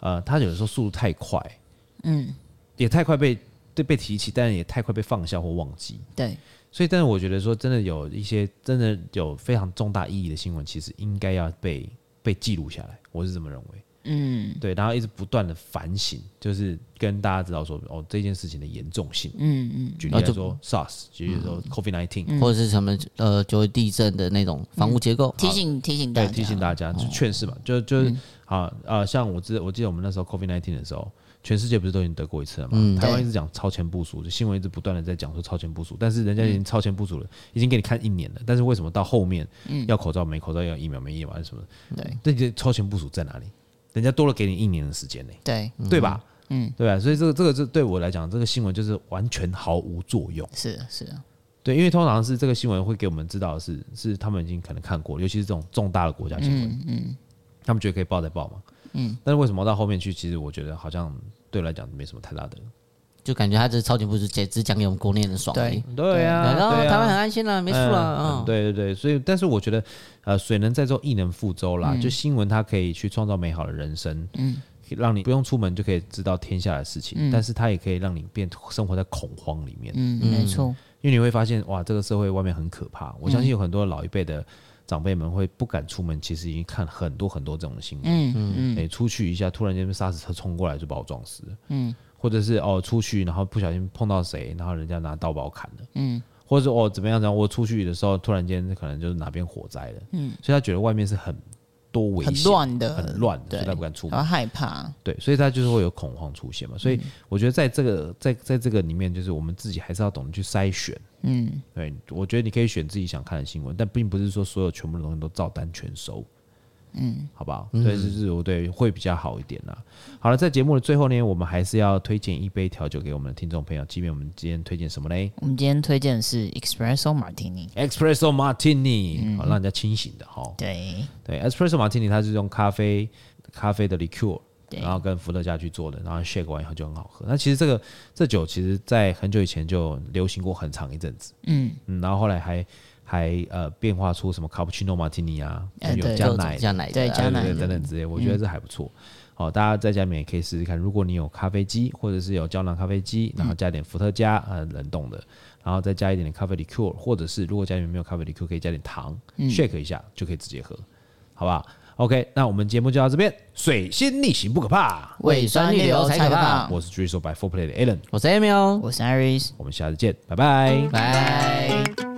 Speaker 1: 呃，它有的时候速度太快，
Speaker 3: 嗯，
Speaker 1: 也太快被对被提起，但也太快被放下或忘记。
Speaker 3: 对，
Speaker 1: 所以，但是我觉得说，真的有一些真的有非常重大意义的新闻，其实应该要被被记录下来，我是这么认为。
Speaker 3: 嗯
Speaker 1: 对，然后一直不断的反省，就是跟大家知道说，哦，这件事情的严重性。
Speaker 3: 嗯嗯，
Speaker 1: 举例来说，SARS，举例来说，COVID nineteen，、
Speaker 2: 或者是什么呃，就地震的那种房屋结构，
Speaker 3: 提醒提醒大
Speaker 1: 对，
Speaker 3: 家，
Speaker 1: 提醒大家，就劝世嘛，就就是啊啊，像我记得我记得我们那时候 COVID nineteen 的时候，全世界不是都已经得过一次了嘛？台湾一直讲超前部署，就新闻一直不断的在讲说超前部署，但是人家已经超前部署了，已经给你看一年了，但是为什么到后面要口罩没口罩，要疫苗没疫苗还是什么？
Speaker 3: 对，
Speaker 1: 这些超前部署在哪里？人家多了给你一年的时间呢、
Speaker 3: 对，
Speaker 1: 对吧？嗯，对吧？所以这个这个这对我来讲，这个新闻就是完全毫无作用。
Speaker 3: 是是，
Speaker 1: 对，因为通常是这个新闻会给我们知道的是是他们已经可能看过，尤其是这种重大的国家新闻，嗯，他们觉得可以报再报嘛，嗯，但是为什么到后面去，其实我觉得好像对我来讲没什么太大的，
Speaker 2: 就感觉他这超级不是只只讲给我们国内人爽而已。
Speaker 1: 对啊，
Speaker 2: 然后
Speaker 1: 对啊
Speaker 2: 台湾很安心啦，没事啦
Speaker 1: 嗯，。
Speaker 2: 嗯，
Speaker 1: 对对对，所以但是我觉得，呃，水能载舟，亦能覆舟啦。就新闻它可以去创造美好的人生，嗯，让你不用出门就可以知道天下的事情，但是它也可以让你变生活在恐慌里面，
Speaker 3: 嗯，没错，
Speaker 1: 因为你会发现，哇，这个社会外面很可
Speaker 3: 嗯
Speaker 1: 怕。我相信有很多老一辈的长辈们会不敢出门，其实已经看很多很多这种新闻，
Speaker 3: 嗯嗯
Speaker 1: 哎、出去一下，突然间被砂石车冲过来就把我撞死了，
Speaker 3: 嗯
Speaker 1: 或者是哦出去然后不小心碰到谁，然后人家拿刀把我砍了。
Speaker 3: 嗯
Speaker 1: 或者是哦怎么样怎么样，我出去的时候突然间可能就是哪边火灾了，嗯，所以他觉得外面是很多危
Speaker 3: 嗯，
Speaker 1: 险、
Speaker 3: 很乱的，
Speaker 1: 很乱的，
Speaker 3: 对
Speaker 1: 所以他不敢出
Speaker 3: 然
Speaker 1: 门，
Speaker 3: 后害怕，
Speaker 1: 对，所以他就是会有恐慌出现嘛。所以我觉得在这个在在这个里面，就是我们自己还是要懂得去筛选。
Speaker 3: 嗯。
Speaker 1: 对，我觉得你可以选自己想看的新闻，但并不是说所有全部的东西都照单全收。嗯，好不好？对，就是我对会比较好一点啦。好了，在节目的最后呢，我们还是要推荐一杯调酒给我们的听众朋友。即便我们今天推荐什么嘞
Speaker 3: 我们今天推荐的是 Espresso Martini，
Speaker 1: ？Espresso Martini，好让人家清醒的哈。
Speaker 3: 对，
Speaker 1: 对，Espresso Martini 它是用咖啡咖啡的 liqueur，
Speaker 3: 对
Speaker 1: 然后跟伏特加去做的，然后 shake 完以后就很好喝。那其实这个这酒其实在很久以前就流行过很长一阵子，嗯然后后来还还呃变化出什么 cappuccino Martini 啊，
Speaker 3: 哎
Speaker 1: 有
Speaker 3: 对
Speaker 1: 加
Speaker 2: 就
Speaker 1: 奶的
Speaker 2: 加奶的
Speaker 3: 对
Speaker 2: 啊
Speaker 3: 加奶嗯
Speaker 1: 对
Speaker 3: 的
Speaker 1: 等等之类，我觉得这还不错。好、大家在家里面也可以试试看。如果你有咖啡机，或者是有胶囊咖啡机，
Speaker 3: 嗯
Speaker 1: 然后加点伏特加，呃，冷冻的，然后再加一点点咖啡 liqueur，或者是如果家里面没有咖啡 liqueur，可以加点糖、shake
Speaker 3: 嗯
Speaker 1: 一下就可以直接喝，好不好？OK，那我们节目就到这边。水星逆行不可怕，
Speaker 2: 胃酸逆流才可怕。
Speaker 1: 我是 Drizzle by Four Play 的 Alan，
Speaker 2: 我是 Emil，
Speaker 3: 我是 Iris，
Speaker 1: 我们下次见，拜拜。
Speaker 2: 拜。
Speaker 3: 拜。